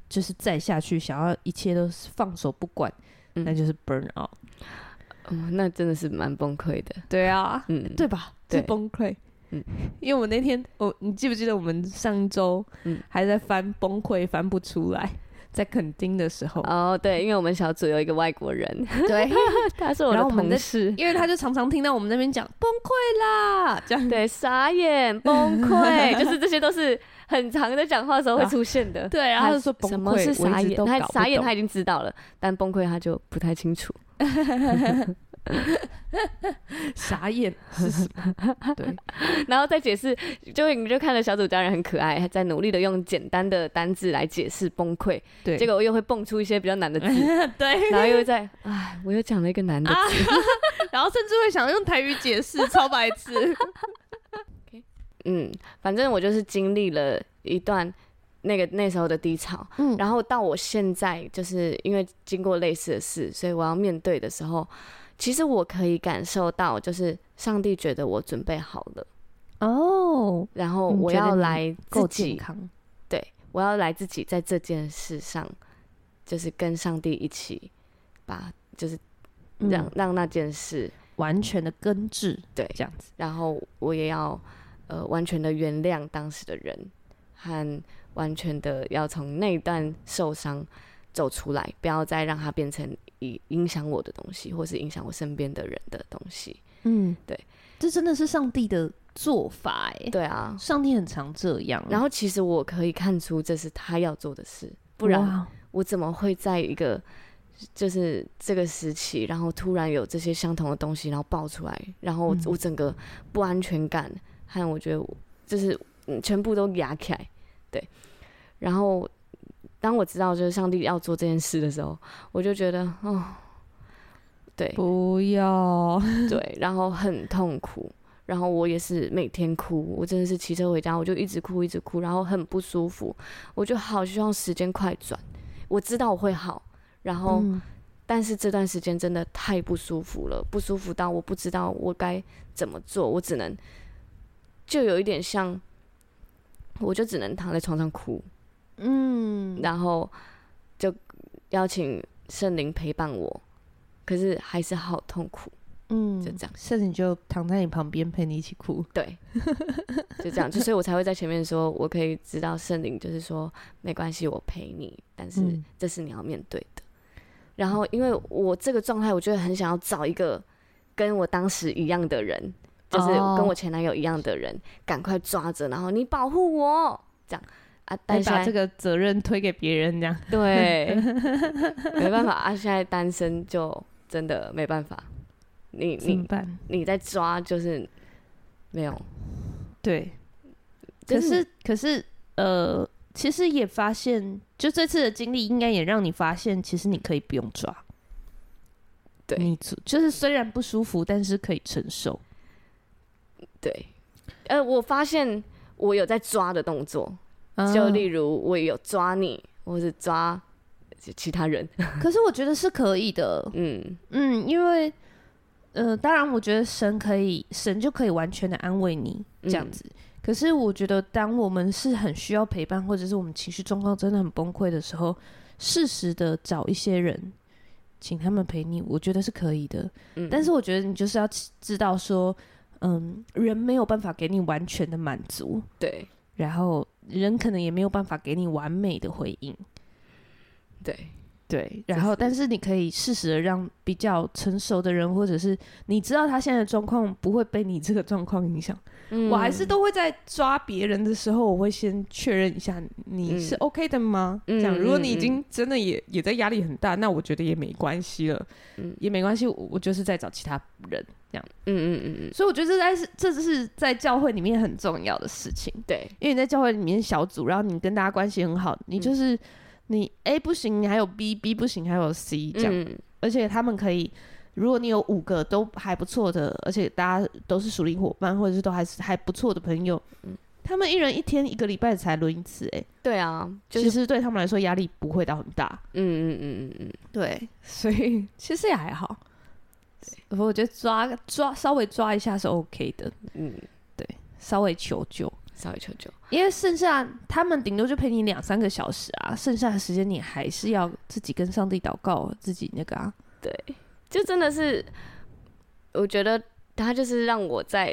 S2: 就是再下去，想要一切都是放手不管，
S3: 嗯
S2: 那就是 burn out。
S3: 哦，那真的是蛮崩溃的。
S2: 对啊，
S3: 嗯，
S2: 对吧？
S3: 对
S2: 最崩溃。
S3: 嗯
S2: 因为我那天，我你记不记得我们上一周
S3: 嗯
S2: 还在翻崩溃，翻不
S3: (laughs)
S2: 出来，在垦丁的时候，
S3: 哦，对，因为我们小组有一个外国
S2: (laughs)
S3: 人， (laughs)
S2: 对，
S3: 他是我的
S2: 然后我们
S3: 同
S2: 在
S3: 事，
S2: 因为他就常常听到我们那边讲崩溃啦，这样
S3: (laughs) 对，傻眼、崩
S2: (laughs)
S3: 溃，就是这些都是很常在讲话的时候会出现的。
S2: 啊对，然
S3: 他
S2: 后就说崩
S3: 什
S2: 溃，
S3: 么是
S2: 我一
S3: 傻
S2: 直
S3: 眼？
S2: 都
S3: 他
S2: 搞不
S3: 傻眼
S2: 懂
S3: 他已经知道了，但崩溃他就不太清楚。
S2: (laughs)
S3: (laughs)
S2: 傻眼是什
S3: (laughs)
S2: 么？对，
S3: 然后再解释，就你就看了小组家人很可爱，还在努力的用简单的单字来解释崩溃，
S2: 对，
S3: (laughs) 结果又会蹦出一些比较难的字，
S2: (laughs) 对，
S3: 然后又在，哎，我又讲了一个难的字，
S2: 然后甚至会想用台语解释，超白
S3: (laughs)
S2: 痴。
S3: 嗯，反正我就是经历了一段那个那时候的低潮，
S2: 嗯
S3: 然后到我现在就是因为经过类似的事，所以我要面对的时候，其实我可以感受到，就是上帝觉得我准备好了，
S2: 哦，
S3: 然后
S2: 嗯
S3: 我
S2: 觉得
S3: 要
S2: 你
S3: 来自
S2: 够健
S3: 己，
S2: 康，
S3: 对我要来自己在这件事上，就是跟上帝一起把，就是让、
S2: 嗯
S3: 让那件事，
S2: 完全的根治，
S3: 对
S2: 这样子，
S3: 然后我也要呃完全的原谅当时的人，和完全的要从那一段受伤走出来，不要再让它变成影影响我的东西，或是影响我身边的人的东西。
S2: 嗯，
S3: 对，
S2: 这真的是上帝的做法哎，
S3: 对啊，
S2: 上帝很常这样，
S3: 然后其实我可以看出这是他要做的事，不然
S2: 哇
S3: 我怎么会在一个就是这个时期，然后突然有这些相同的东西，然后爆出来，然后我,、
S2: 嗯
S3: 我整个不安全感和我觉得我就是嗯全部都压起来，对。然后当我知道就是上帝要做这件事的时候，我就觉得哦，对
S2: 不要， (laughs)
S3: 对，然后很痛苦。然后我也是每天哭，我真的是骑车回家，我就一直哭，一直哭，然后很不舒服，我就好希望时间快转。我知道我会好，然后、
S2: 嗯
S3: 但是这段时间真的太不舒服了，不舒服到我不知道我该怎么做，我只能就有一点像，我就只能躺在床上哭，
S2: 嗯，
S3: 然后就邀请圣灵陪伴我，可是还是好痛苦，
S2: 嗯，
S3: 就这样，
S2: 甚至你就躺在你旁边陪你一起哭，
S3: 对，就这样，就所以我才会在前面说，我可以知道圣灵就是说没关系，我陪你，但是
S2: 嗯
S3: 这是你要面对的。然后，因为我这个状态，我就会很想要找一个跟我当时一样的人，就是
S2: 哦
S3: 跟我前男友一样的人，赶快抓着，然后你保护我，这样啊。但
S2: 还
S3: 现
S2: 哎
S3: 在
S2: 把这个责任推给别人这样，
S3: 对，没办法啊，现在单身就真的没办法。你
S2: 怎么
S3: 你
S2: 办？
S3: 你在抓就是没有，
S2: 对，
S3: 就
S2: 可是可是呃，其实也发现，就这次的经历，应该也让你发现，其实你可以不用抓。
S3: 对
S2: 你就就是虽然不舒服，但是可以承受。
S3: 对，呃，我发现我有在抓的动作，
S2: 嗯啊
S3: 就例如我有抓你，或是抓其其他人，
S2: 可是我觉得是可以的，
S3: 嗯，
S2: 嗯，因为呃，当然我觉得神可以，神就可以完全的安慰你这样
S3: 嗯
S2: 子。可是我觉得，当我们是很需要陪伴，或者是我们情绪状况真的很崩溃的时候，适时的找一些人，请他们陪你，我觉得是可以的。
S3: 嗯
S2: 但是我觉得你就是要知道说，嗯，人没有办法给你完全的满足，
S3: 对
S2: 然后人可能也没有办法给你完美的回应，
S3: 对
S2: 对。
S3: 这
S2: 然后，
S3: 是
S2: 但是你可以适时的让比较成熟的人，或者是你知道他现在的状况不会被你这个状况影响。
S3: 嗯
S2: 我还是都会在抓别人的时候，我会先确认一下你是
S3: 嗯
S2: OK 的吗？
S3: 嗯
S2: 这样，如果你
S3: 嗯
S2: 已经真的也也在压力很大，那我觉得也没关系了，
S3: 嗯
S2: 也没关系，我我就是在找其他人这样。
S3: 嗯嗯嗯嗯，
S2: 所以我觉得这在是这是在教会里面很重要的事情，
S3: 对
S2: 因为你在教会里面小组，然后你跟大家关系很好，你
S3: 嗯
S2: 就是、你 A 不行，你还有 B，B 不行还有 C 这样，
S3: 嗯
S2: 而且他们可以。如果你有五个都还不错的，而且大家都是属灵伙伴，或者是都还是还不错的朋友，他们一人一天一个礼拜才轮一次、欸，哎、
S3: 对啊，就
S2: 其
S3: 是
S2: 实对他们来说压力不会到很大。
S3: 嗯嗯嗯嗯嗯，
S2: 对，所以其实也还好。我觉得抓抓稍微抓一下是 OK 的，
S3: 嗯，
S2: 稍微求救，
S3: 稍微求救。
S2: 因为剩下他们顶多就陪你两三个小时啊，剩下的时间你还是要自己跟上帝祷告，自己那个啊，
S3: 就真的是，我觉得他就是让我在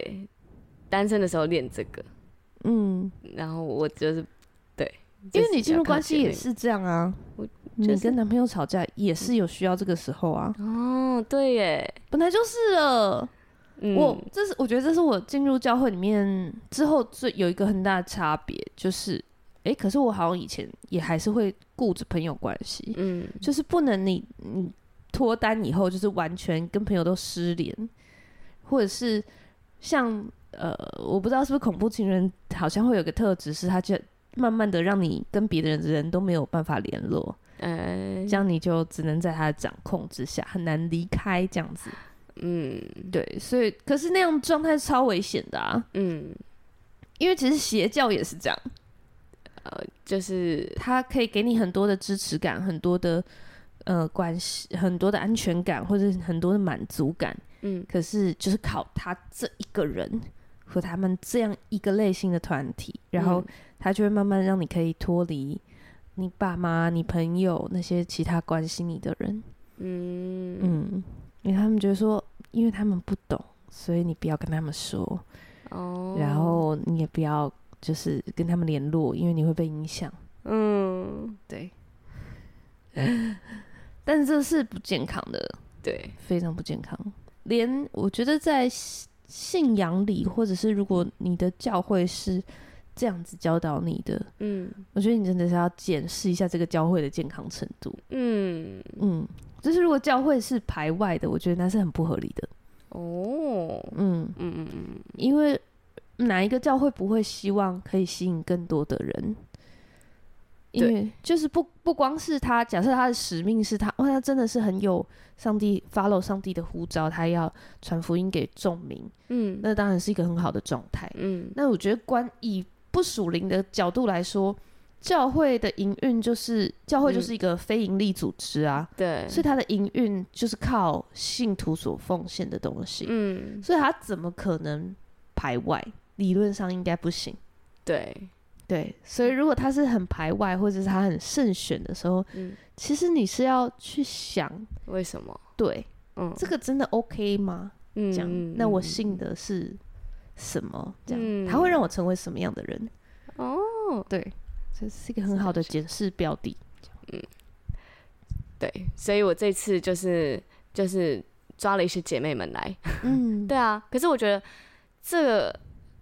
S3: 单身的时候练这个，
S2: 嗯，
S3: 然后我就是对，就
S2: 因为
S3: 是
S2: 你进入关系
S3: 要
S2: 也
S3: 靠姐
S2: 是这样啊，
S3: 我就
S2: 你
S3: 是
S2: 跟男朋友吵架也是有需要这个时候啊，
S3: 妹哦，对耶，
S2: (laughs) 本来就是了。
S3: 嗯、
S2: 我这是我觉得这是我进入教会里面之后最有一个很大的差别，就是诶，可是我好像以前也还是会顾着朋友关系，
S3: 嗯
S2: 就是不能你你脱单以后就是完全跟朋友都失联，或者是像呃，我不知道是不是恐怖情人，好像会有个特质是他就慢慢的让你跟别的人都没有办法联络，
S3: 哎
S2: 这样你就只能在他的掌控之下，很难离开这样子。
S3: 嗯
S2: 对，所以可是那样状态超危险的啊，
S3: 嗯，
S2: 因为其实邪教也是这样，
S3: 呃就是
S2: 它可以给你很多的支持感，很多的呃关系，很多的安全感，或者很多的满足感。
S3: 嗯
S2: 可是就是靠他这一个人和他们这样一个类型的团体，然后
S3: 嗯
S2: 他就会慢慢让你可以脱离你爸妈、你朋友那些其他关心你的人。
S3: 嗯嗯
S2: 嗯，因为他们觉得说，因为他们不懂，所以你不要跟他们说。
S3: 哦，
S2: 然后你也不要就是跟他们联络，因为你会被影响。
S3: 嗯
S2: 对，但这是不健康的，
S3: 对，
S2: 非常不健康。连我觉得在信信仰里，或者是如果你的教会是这样子教导你的，
S3: 嗯
S2: 我觉得你真的是要检视一下这个教会的健康程度。
S3: 嗯
S2: 嗯，就是如果教会是排外的，我觉得那是很不合理的。
S3: 哦，
S2: 嗯，
S3: 嗯嗯嗯
S2: 因为哪一个教会不会希望可以吸引更多的人？因
S3: 对
S2: 为就是不不光是他，假设他的使命是他，哦，他真的是很有上帝 follow 上帝的呼召，他要传福音给众民，
S3: 嗯
S2: 那当然是一个很好的状态。
S3: 嗯
S2: 那我觉得关以不属灵的角度来说，教会的营运就是教会就是一个非盈利组织啊，
S3: 嗯对，
S2: 所以它的营运就是靠信徒所奉献的东西。
S3: 嗯
S2: 所以他怎么可能排外？理论上应该不行。
S3: 对，
S2: 对，所以如果他是很排外，或者是他很慎选的时候，
S3: 嗯
S2: 其实你是要去想，
S3: 为什么？
S2: 对，
S3: 嗯
S2: 这个真的 OK 吗？
S3: 嗯
S2: 这样，
S3: 嗯
S2: 那我
S3: 嗯
S2: 信的是什么？这样，
S3: 嗯
S2: 他会让我成为什么样的人？
S3: 哦，
S2: 对，这是一个很好的检视标的。
S3: 对，所以我这次就是就是抓了一些姐妹们来，
S2: (laughs) 嗯，
S3: 对啊，可是我觉得这个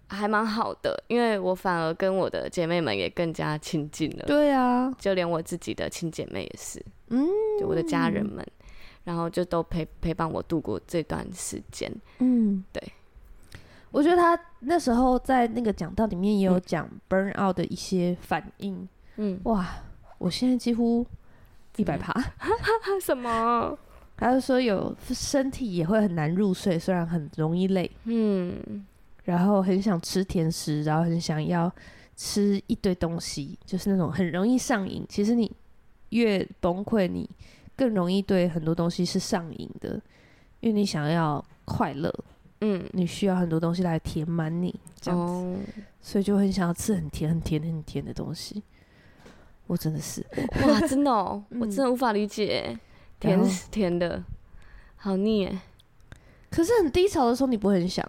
S3: 还蛮好的，因为我反而跟我的姐妹们也更加亲近了，
S2: 对啊，
S3: 就连我自己的亲姐妹也是，
S2: 嗯，
S3: 就我的家人们，然后就都陪陪伴我度过这段时间，
S2: 嗯，
S3: 对。
S2: 我觉得他那时候在那个讲道里面也有
S3: 嗯
S2: 讲 burn out 的一些反应，
S3: 嗯，
S2: 哇，我现在几乎一百趴。
S3: 什么？
S2: 他就说有身体也会很难入睡，虽然很容易累，
S3: 嗯
S2: 然后很想吃甜食，然后很想要吃一堆东西，就是那种很容易上瘾。其实你越崩溃，你更容易对很多东西是上瘾的，因为你想要快乐，
S3: 嗯，
S2: 你需要很多东西来填满你，这样子，
S3: 哦，
S2: 所以就很想要吃很甜、很甜、很甜的东西。我真的是，
S3: 哇，真的哦，
S2: 嗯
S3: 我真的无法理解，甜
S2: 然后
S3: 甜的，好腻耶。
S2: 可是很低潮的时候，你不会很想。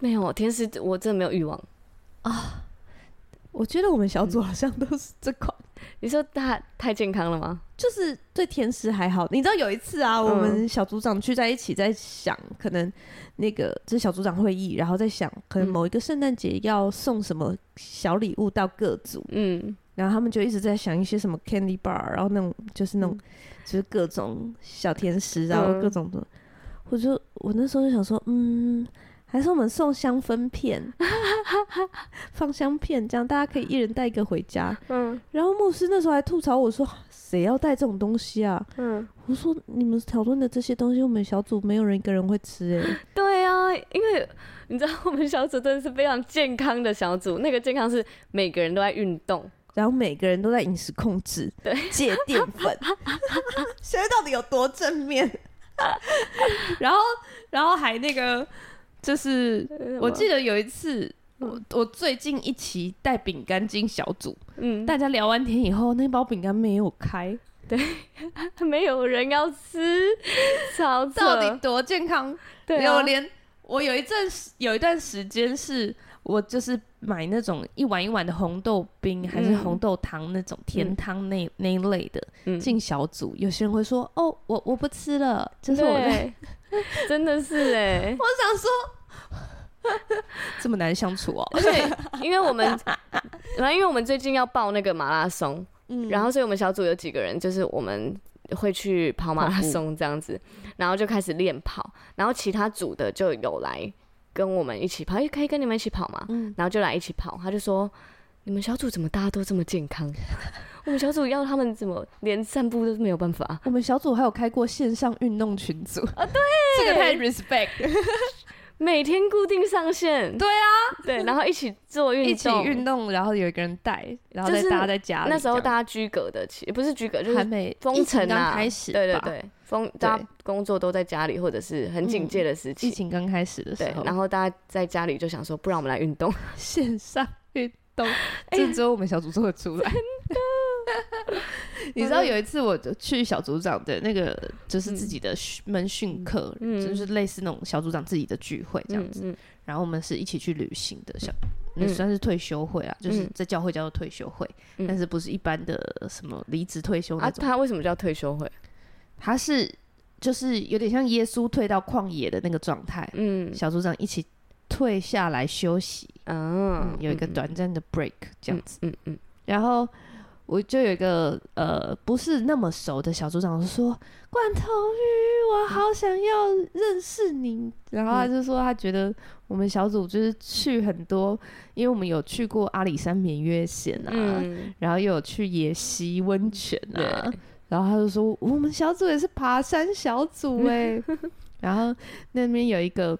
S3: 没有甜食，我真的没有欲望。
S2: 我觉得我们小组好像都是这款，
S3: 你说它太健康了吗？
S2: 就是对甜食还好。你知道有一次
S3: 嗯
S2: 啊，我们小组长聚在一起，在想可能那个这是小组长会议，然后在想可
S3: 嗯
S2: 能某一个圣诞节要送什么小礼物到各组，
S3: 嗯，
S2: 然后他们就一直在想一些什么 candy bar，然后那种就是那种、就是各种小甜食，然后
S3: 嗯
S2: 各种的。我就我那时候就想说，嗯，还是我们送香氛片， (laughs) 放香片，这样大家可以一人带一个回家。
S3: 嗯
S2: 然后牧师那时候还吐槽我说：“谁要带这种东西啊
S3: 嗯，？” (laughs)
S2: 我说：“你们讨论的这些东西，我们小组没有人一个人会吃、欸，
S3: 对啊，啊，因为你知道我们小组真的是非常健康的小组，那个健康是每个人都在运动，
S2: 然后每个人都在饮食控制，
S3: 对，
S2: 戒淀
S3: (laughs)
S2: 粉，谁到底有多正面？然后，然后还那个，就是我记得有一次，我我最近一期带饼干进小组，
S3: 嗯，
S2: 大家聊完天以后，那包饼干没有开，
S3: 但没有人要吃， (laughs) 超
S2: 到底
S3: 扯，
S2: 多健康？
S3: 对
S2: 我
S3: 啊，
S2: 连我有一阵时有一段时间是我就是买那种一碗一碗的红豆冰，还是
S3: 嗯
S2: 红豆汤那种甜
S3: 嗯
S2: 汤那、那一类的。
S3: 嗯
S2: 进小组，有些人会说：“哦，我我不吃了。”就是我在，，
S3: 对，真的是哎 (laughs)
S2: 我想说，这么难相处哦。 (laughs)
S3: 而且因为我们，然后因为我们最近要报那个马拉松，
S2: 嗯
S3: 然后所以我们小组有几个人，就是我们会去跑马拉松这样子，然后就开始练跑，然后其他组的就有来跟我们一起跑，哎诶，可以跟你们一起跑吗？
S2: 嗯
S3: 然后就来一起跑，他就说：“你们小组怎么大家都这么健康？ (laughs) 我们小组要他们怎么连散步都没有办法？
S2: 我们小组还有开过线上运动群组啊，对，这个太 respect，
S3: 每天固定上线，
S2: 对
S3: 啊，对，然后一起做运动，
S2: 一起运动，然后有一个人带，然后再
S3: 就是
S2: 大家在家里这样。
S3: 那时候大家居隔的起，不是居隔，就
S2: 还
S3: 是
S2: 没
S3: 封
S2: 疫情
S3: 城
S2: 刚
S3: 啊，
S2: 开始，
S3: 对对，对，封大
S2: 对
S3: 家工作都在家里，或者是很警戒的时期
S2: 疫，情刚开始的时
S3: 对
S2: 候，，
S3: 然
S2: 后
S3: 后大家在家里就想说，不然我们来运动，
S2: 线上运
S3: (laughs)
S2: 动，
S3: 哎
S2: 这只有我们小组做得出来。 (laughs) 你知道有一次我就去小组长的那个，就是自己的训门训课，
S3: 嗯
S2: 就是类似那种小组长自己的聚会这样子。
S3: 嗯，
S2: 然后我们是一起去旅行的，小
S3: 嗯
S2: 那算是退休会啦，就是
S3: 嗯
S2: 在教会叫做退休会，
S3: 嗯
S2: 但是不是一般的什么离职退休
S3: 嗯
S2: 那
S3: 啊，
S2: 种，
S3: 他为什么叫退休会？
S2: 它是就是有点像耶稣退到旷野的那个状态，
S3: 嗯
S2: 小组长一起退下来休息，
S3: 嗯
S2: 嗯，有一个短暂的 break 这样子。
S3: 嗯，嗯
S2: 然后我就有一个呃不是那么熟的小组长说：“罐头鱼，我好想要认识你。”然后他
S3: 嗯
S2: 就说他觉得我们小组就是去很多，因为我们有去过阿里山绵月线啊，
S3: 嗯，
S2: 然后又有去野溪温泉啊，然后他就说我们小组也是爬山小组哎、
S3: (laughs)
S2: 然后那边有一个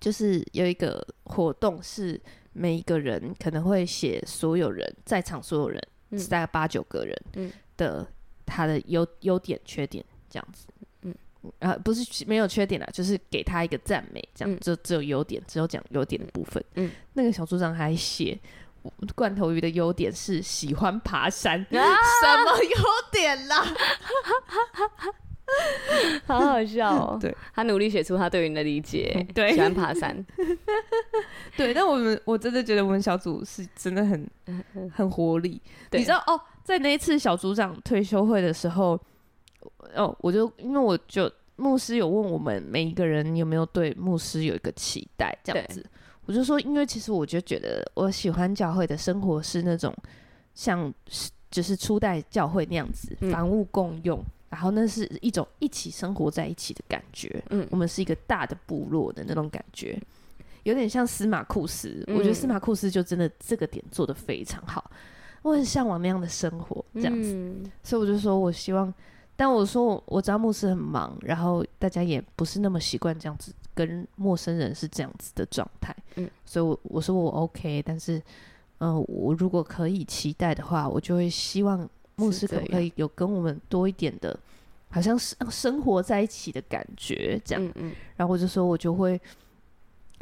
S2: 就是有一个活动是每一个人可能会写所有人在场所有人、
S3: 嗯
S2: 是大概八九个人
S3: 嗯
S2: 的、他的优优点缺点这样子，嗯
S3: 嗯。
S2: 啊，不是没有缺点啦，就是给他一个赞美，这样
S3: 嗯
S2: 就只有优点，只有讲优点的部分。
S3: 嗯
S2: 那个小组长还写，罐头鱼的优点是喜欢爬山，什么优点啦？。
S3: 好好笑哦
S2: 嗯 (laughs) 对，
S3: 他努力写出他对你的理解，
S2: (laughs) 对
S3: 喜欢爬山，
S2: 对，但我们我真的觉得我们小组是真的很很活力。
S3: 对
S2: 你知道哦，在那一次小组长退休会的时候，哦，我就因为我就牧师有问我们每一个人有没有对牧师有一个期待这样
S3: 对
S2: 子，我就说，因为其实我就觉得我喜欢教会的生活是那种像就是初代教会那样子，
S3: 嗯
S2: 房屋共用。然后那是一种一起生活在一起的感觉，
S3: 嗯
S2: 我们是一个大的部落的那种感觉，有点像司马库斯。
S3: 嗯
S2: 我觉得司马库斯就真的这个点做的非常好，我很向往那样的生活，这样子。
S3: 子，
S2: 所以我就说我希望，但我说我我知道牧师很忙，然后大家也不是那么习惯这样子跟陌生人是这样子的状态，
S3: 嗯
S2: 所以我我说我 OK，但是，嗯、我如果可以期待的话，我就会希望牧师
S3: 是这
S2: 可不可以有跟我们多一点的，好像是生活在一起的感觉，这样。
S3: 嗯嗯
S2: 然后我就说，我就会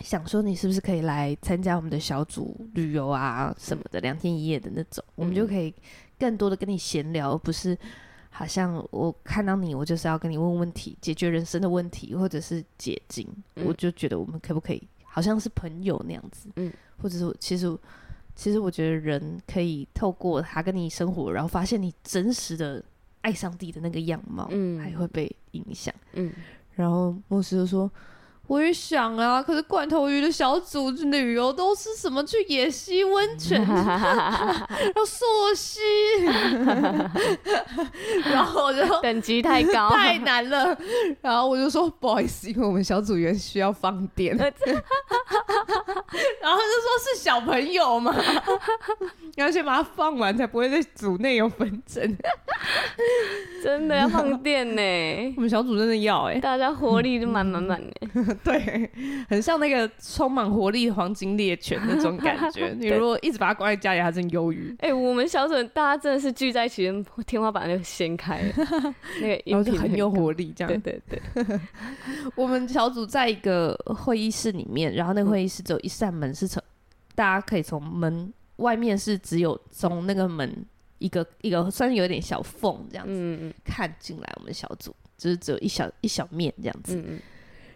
S2: 想说，你是不是可以来参加我们的小组旅游啊什么的，两天一夜的那种，
S3: 嗯
S2: 我们就可以更多的跟你闲聊，而不是好像我看到你，我就是要跟你问问题，解决人生的问题，或者是解禁。
S3: 嗯
S2: 我就觉得我们可不可以好像是朋友那样子，
S3: 嗯，
S2: 或者是我其实我。其实我觉得人可以透过他跟你生活，然后发现你真实的爱上帝的那个样貌，
S3: 嗯
S2: 哦还会被影响。
S3: 嗯，
S2: 然后牧师就说：“我也想啊，可是罐头鱼的小组旅游都是什么去野溪温泉、 (laughs) 要溯溪， (laughs) 然后我就
S3: 等级太高，
S2: (laughs) 太难了。然后我就说不好意思，因为我们小组员需要放电。 (laughs) 然后他就说是小朋友嘛， (laughs) 要先把它放完，才不会在组内有纷争。
S3: (laughs) 真的要放电呢。
S2: 我们小组真的要哎、嗯
S3: 大家活力就满满满的，
S2: (laughs) 对，很像那个充满活力的黄金猎犬那种感觉。
S3: (laughs)
S2: 你如果一直把它关在家里，它真忧郁。
S3: 哎、我们小准大家真的是聚在一起，天花板就掀开
S2: (laughs)
S3: 了，那个
S2: 然后
S3: 音
S2: (laughs) 就
S3: 频
S2: 很有活力，这
S3: 高。对
S2: 样。
S3: 对对，
S2: 我们小组在一个会议室里面，然后那个会议室只有一扇门是从，大家可以从门外面是只有从那个门一个一个算是有点小缝这样子、
S3: 嗯嗯
S2: 看进来。我们小组就是只有一小一小面这样子。
S3: 嗯嗯，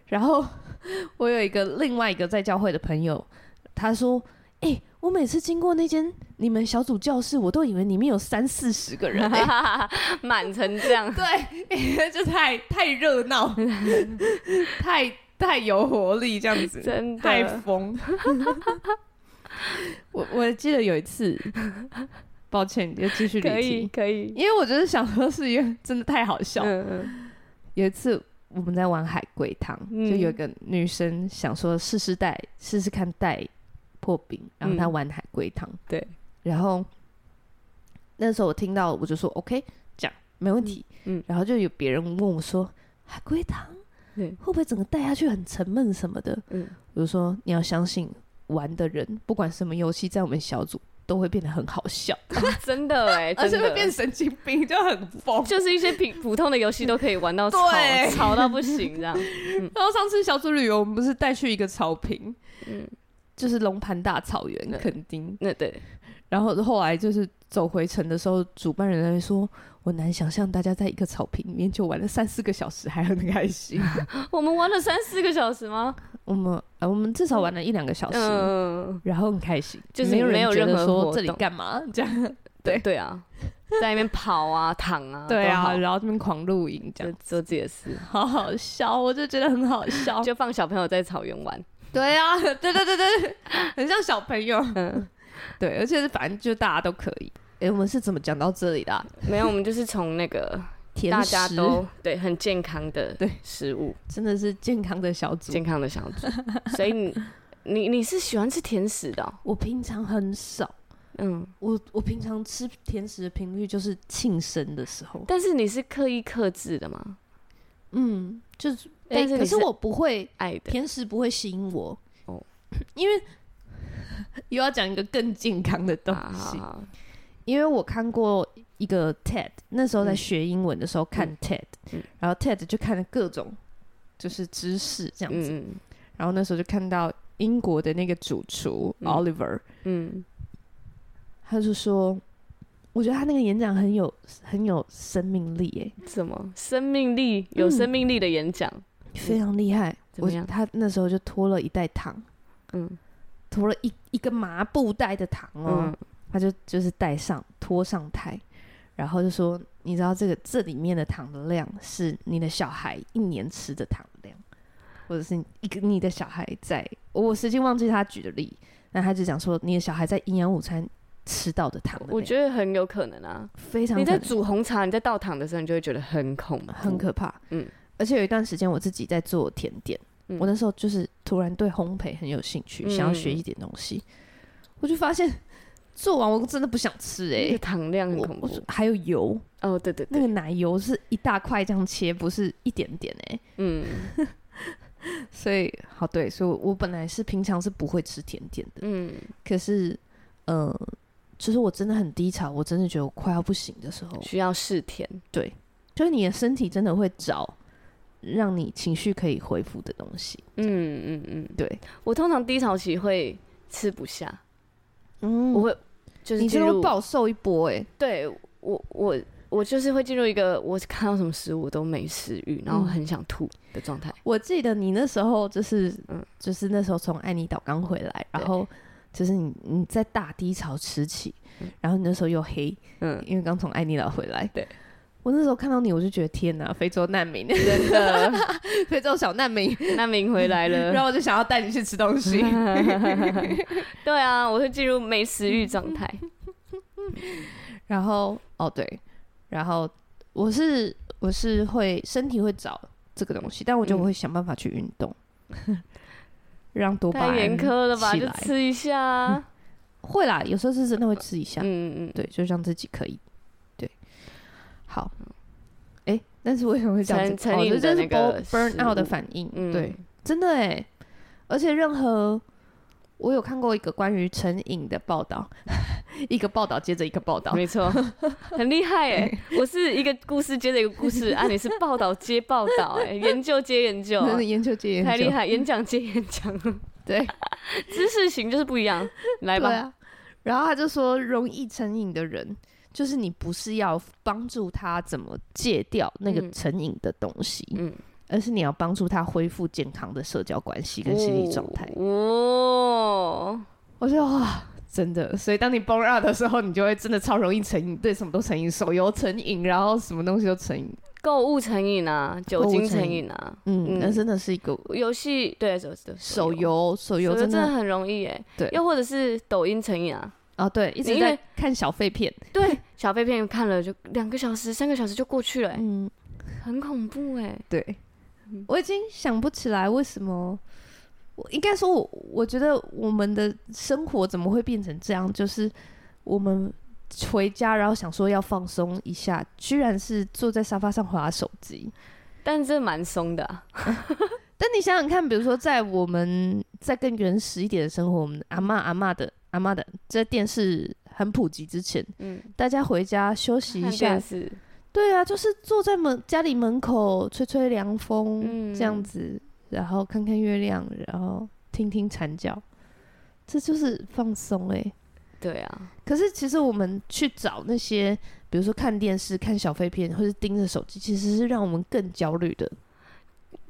S2: 然后 (laughs) 我有一个另外一个在教会的朋友，他说：“哎、我每次经过那间你们小组教室，我都以为里面有三四十个 (laughs) 人、
S3: (laughs)
S2: 欸。。
S3: 嗯满成这样
S2: 对， (laughs) 就太太热闹， (laughs) 太太有活力，这样子，
S3: 真的
S2: 太疯。我我记得有一次，抱歉，你就继续
S3: 可
S2: 理
S3: 以
S2: 清，
S3: 可以，
S2: 因为我就是想说是因为真的太好笑了
S3: 嗯嗯
S2: 有一次我们在玩海龟汤，
S3: 嗯
S2: 就有一个女生想说试试带试试看带破冰，然后她
S3: 嗯
S2: 玩海龟汤、
S3: 对，
S2: 然后那时候我听到我就说 OK，这样没问题，
S3: 嗯嗯
S2: 然后就有别人问我说海龟汤
S3: 对
S2: 会不会整个带下去很沉闷什么的，
S3: 嗯，
S2: 我就说你要相信玩的人不管什么游戏，在我们小组都会变得很好笑，
S3: (laughs)
S2: (laughs)
S3: 哦真的哎，
S2: 而
S3: 真
S2: 且
S3: 的
S2: 会变神经病，就很疯。
S3: 就是一些平普通的游戏都可以玩到吵
S2: 对
S3: 吵到不行这样。
S2: 然后上次小组旅游，我们不是带去一个草坪，
S3: 嗯，
S2: 就是龙盘大草原
S3: 嗯
S2: 垦丁。
S3: 那对，
S2: 然后后来就是走回程的时候，主办人在说：“我难想象大家在一个草坪里面就玩了三四个小时，还很开 (laughs) 心。
S3: 我们玩了三四个小时吗？
S2: 我们呃，我们至少玩了一两个小时，
S3: 嗯，
S2: 然后很开心，
S3: 就是
S2: 没有
S3: 没
S2: 人
S3: 有
S2: 觉
S3: 任
S2: 得
S3: 何
S2: 说
S3: 活
S2: 这里
S3: 动
S2: 干 (laughs) 嘛这样。对
S3: 对啊，在那边跑啊、躺啊，
S2: 对
S3: 都
S2: 啊，
S3: 好
S2: 然后这边狂露营这
S3: 就
S2: 样，
S3: 做自己的事，
S2: 好好笑，我就觉得很好笑。
S3: 就放小朋友在草原玩。
S2: 对啊，对对对对，很像小朋友。
S3: 嗯，
S2: (laughs) 对，而且是反正就大家都可以。哎，我们是怎么讲到这里的啊？
S3: 没有，我们就是从那个
S2: 甜
S3: 大家
S2: 食
S3: 都对很健康的
S2: 对
S3: 食物，
S2: 真的是健康的小组
S3: 健康的小组， (laughs) 所以你你你是喜欢吃甜食的哦、
S2: 我平常很少，
S3: 嗯，
S2: 我我平常吃甜食的频率就是庆生的时候，
S3: 但是你是刻意克制的吗？
S2: 嗯，就是，
S3: 但
S2: 哎，
S3: 是
S2: 可
S3: 你
S2: 是
S3: 是
S2: 我不会
S3: 爱的，
S2: 甜食不会吸引我，
S3: 哦
S2: (laughs) 因为又要讲一个更健康的东
S3: 啊
S2: 西，
S3: 好好
S2: 因为我看过一个 TED，那时候在
S3: 嗯
S2: 学英文的时候看 TED，、
S3: 嗯
S2: 然后 TED 就看了各种就是知识这样子，
S3: 嗯
S2: 然后那时候就看到英国的那个主厨、
S3: 嗯
S2: Oliver，
S3: 嗯
S2: 他就说，我觉得他那个演讲很有很有生命力，哎，
S3: 嗯，什么生命力有
S2: 嗯
S3: 生命力的演讲？
S2: 非常厉害。
S3: 嗯怎
S2: 我
S3: 么样
S2: 他那时候就拖了一袋糖，
S3: 嗯
S2: 拖了一一个麻布袋的糖哦，
S3: 嗯
S2: 他就就是带上拖上台，然后就说，你知道这个这里面的糖的量是你的小孩一年吃的糖量，或者是一个你的小孩在，我实际忘记他举的例，那他就讲说你的小孩在营养午餐吃到的糖的量，
S3: 我觉得很有可能啊。
S2: 非常
S3: 你
S2: 可
S3: 在
S2: 能
S3: 煮红茶，你在倒糖的时候，你就会觉得很恐怖，
S2: 很可怕。
S3: 嗯
S2: 嗯，而且有一段时间我自己在做甜点，
S3: 嗯
S2: 我那时候就是突然对烘焙很有兴趣，
S3: 嗯
S2: 想要学一点东西，我就发现 (laughs) 做完我真的不想吃哎、
S3: 那个糖量嗯很
S2: 我
S3: 恐
S2: 我
S3: 怖。
S2: 还有油，
S3: 哦，对对
S2: 那
S3: 对，
S2: 个奶油是一大块这样切，不是一点点哎、
S3: 嗯
S2: 所以好对，所以我我本来是平常是不会吃甜点的，
S3: 嗯，
S2: 可是呃，就是我真的很低潮，我真的觉得我快要不行的时候，
S3: 需要试甜。
S2: 就是你的身体真的会找让你情绪可以恢复的东西，
S3: 嗯嗯嗯，
S2: 对。
S3: 我通常低潮期会吃不下，
S2: 嗯
S3: 我会就是
S2: 你
S3: 进
S2: 真的
S3: 入
S2: 会暴瘦一波哎、
S3: 对我我我就是会进入一个我看到什么食物我都没食欲，然后
S2: 嗯
S3: 很想吐的状态。
S2: 我记得你那时候就是，
S3: 嗯
S2: 就是那时候从爱尼岛刚回来，然后就是你你在大低潮时期，然后你那时候又黑，
S3: 嗯，
S2: 因为刚从爱尼岛回来。
S3: 对，
S2: 我那时候看到你，我就觉得天哪，非洲
S3: (laughs)
S2: 难民，
S3: 真的，
S2: 非洲小难民，
S3: 那明回来 (laughs)
S2: 然
S3: 了。
S2: 后我就想要带你去吃
S3: (laughs)
S2: 东西。
S3: 对啊，我会进入没食欲状态。
S2: 然后哦对，然后我是我是会身体会找这个东西，但我就
S3: 嗯
S2: 会想办法去运
S3: (laughs)
S2: 动，让多巴胺
S3: 太严苛了吧？
S2: 起
S3: 就
S2: 来
S3: 吃一下啊。
S2: 会啦，有时候是真的会吃一下，
S3: 嗯嗯嗯，
S2: 对，就让自己可以，对，好，哎、但是为什么会讲这
S3: 成
S2: 哦
S3: 成瘾
S2: 这
S3: 的
S2: 哦就
S3: 那
S2: 是
S3: 个
S2: burn burn out
S3: 食
S2: 的
S3: 物
S2: 反应，
S3: 嗯
S2: 对，真的哎，而且任何我有看过一个关于成瘾的报道， (laughs) 一个报道接着一个报道，
S3: 嗯没 (laughs) 错，很厉害哎！我是一个故事接着一个故事啊，你是报道接报道哎，研究接研究
S2: (laughs)
S3: 啊、
S2: 真的研究接研究，
S3: 太厉害，演讲接演讲，
S2: (laughs)
S3: (laughs)
S2: 对，
S3: 知识型就是不一样。来吧，
S2: 对啊，然后他就说，容易成瘾的人，就是你不是要帮助他怎么戒掉那个
S3: 嗯
S2: 成瘾的东西，
S3: 嗯，
S2: 而是你要帮助他恢复健康的社交关系跟心理状态。
S3: 哦，
S2: 我说哇，真的，所以当你 burn out 的时候，你就会真的超容易成瘾，对什么都成瘾，手游成瘾，然后什么东西都成瘾。
S3: 购物成瘾啊，酒精成瘾啊，
S2: 嗯，
S3: 嗯
S2: 那真的是一个
S3: 游戏对手
S2: 手游，手游真
S3: 真的
S2: 的
S3: 很容易哎，
S2: 对
S3: 又或者是抖音成瘾啊，
S2: 啊，对，一直
S3: 因为哎
S2: 在看小废片， (laughs)
S3: 对，小废片看了就两个小时、三个小时就过去了欸，
S2: 嗯，
S3: 很恐怖哎。
S2: 对，
S3: 嗯
S2: 我已经想不起来为什么。我应该说我，我觉得我们的生活怎么会变成这样？就是我们回家，然后想说要放松一下，居然是坐在沙发上划手机。
S3: 但这蛮松的啊，
S2: 但你想想看，比如说在我们在更原始一点的生活，我们阿嬷阿嬷的阿嬷的，在电视很普及之前，
S3: 嗯，
S2: 大家回家休息一
S3: 看
S2: 下
S3: (laughs) 电，视，
S2: 对啊，就是坐在门家里门口吹吹凉风、
S3: 嗯
S2: 这样子，然后看看月亮，然后听听蝉叫，这就是放松哎、
S3: 对啊，
S2: 可是其实我们去找那些，比如说看电视、看小废片，或是盯着手机，其实是让我们更焦虑的。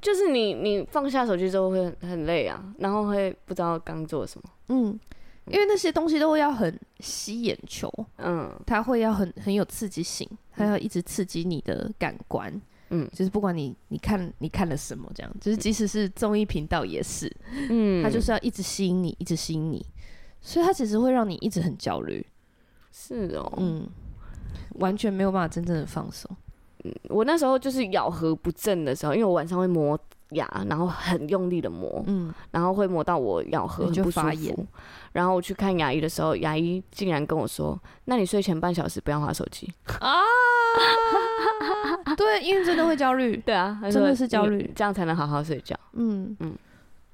S3: 就是你你放下手机之后会很很累啊，然后会不知道刚做什么，
S2: 嗯，因为那些东西都要很吸眼球，
S3: 嗯
S2: 它会要很很有刺激性，它要一直刺激你的感官。
S3: 嗯
S2: 就是不管你你看你看了什么，这样，就是即使是综艺频道也是，
S3: 嗯，
S2: 它就是要一直吸引你，一直吸引你，所以它其实会让你一直很焦虑，
S3: 是哦，
S2: 嗯，完全没有办法真正的放松。
S3: 我那时候就是咬合不正的时候，因为我晚上会磨牙，然后很用力的磨，
S2: 嗯，
S3: 然后会磨到我咬合
S2: 你
S3: 很
S2: 就
S3: 不舒
S2: 发炎
S3: 服。然后我去看牙医的时候，牙医竟然跟我说：“那你睡前半小时不要划手机。
S2: (laughs) 对，因为真的会焦虑”，
S3: 对啊，他说
S2: 真的是焦虑
S3: 你这样才能好好睡觉。
S2: 嗯嗯
S3: 嗯，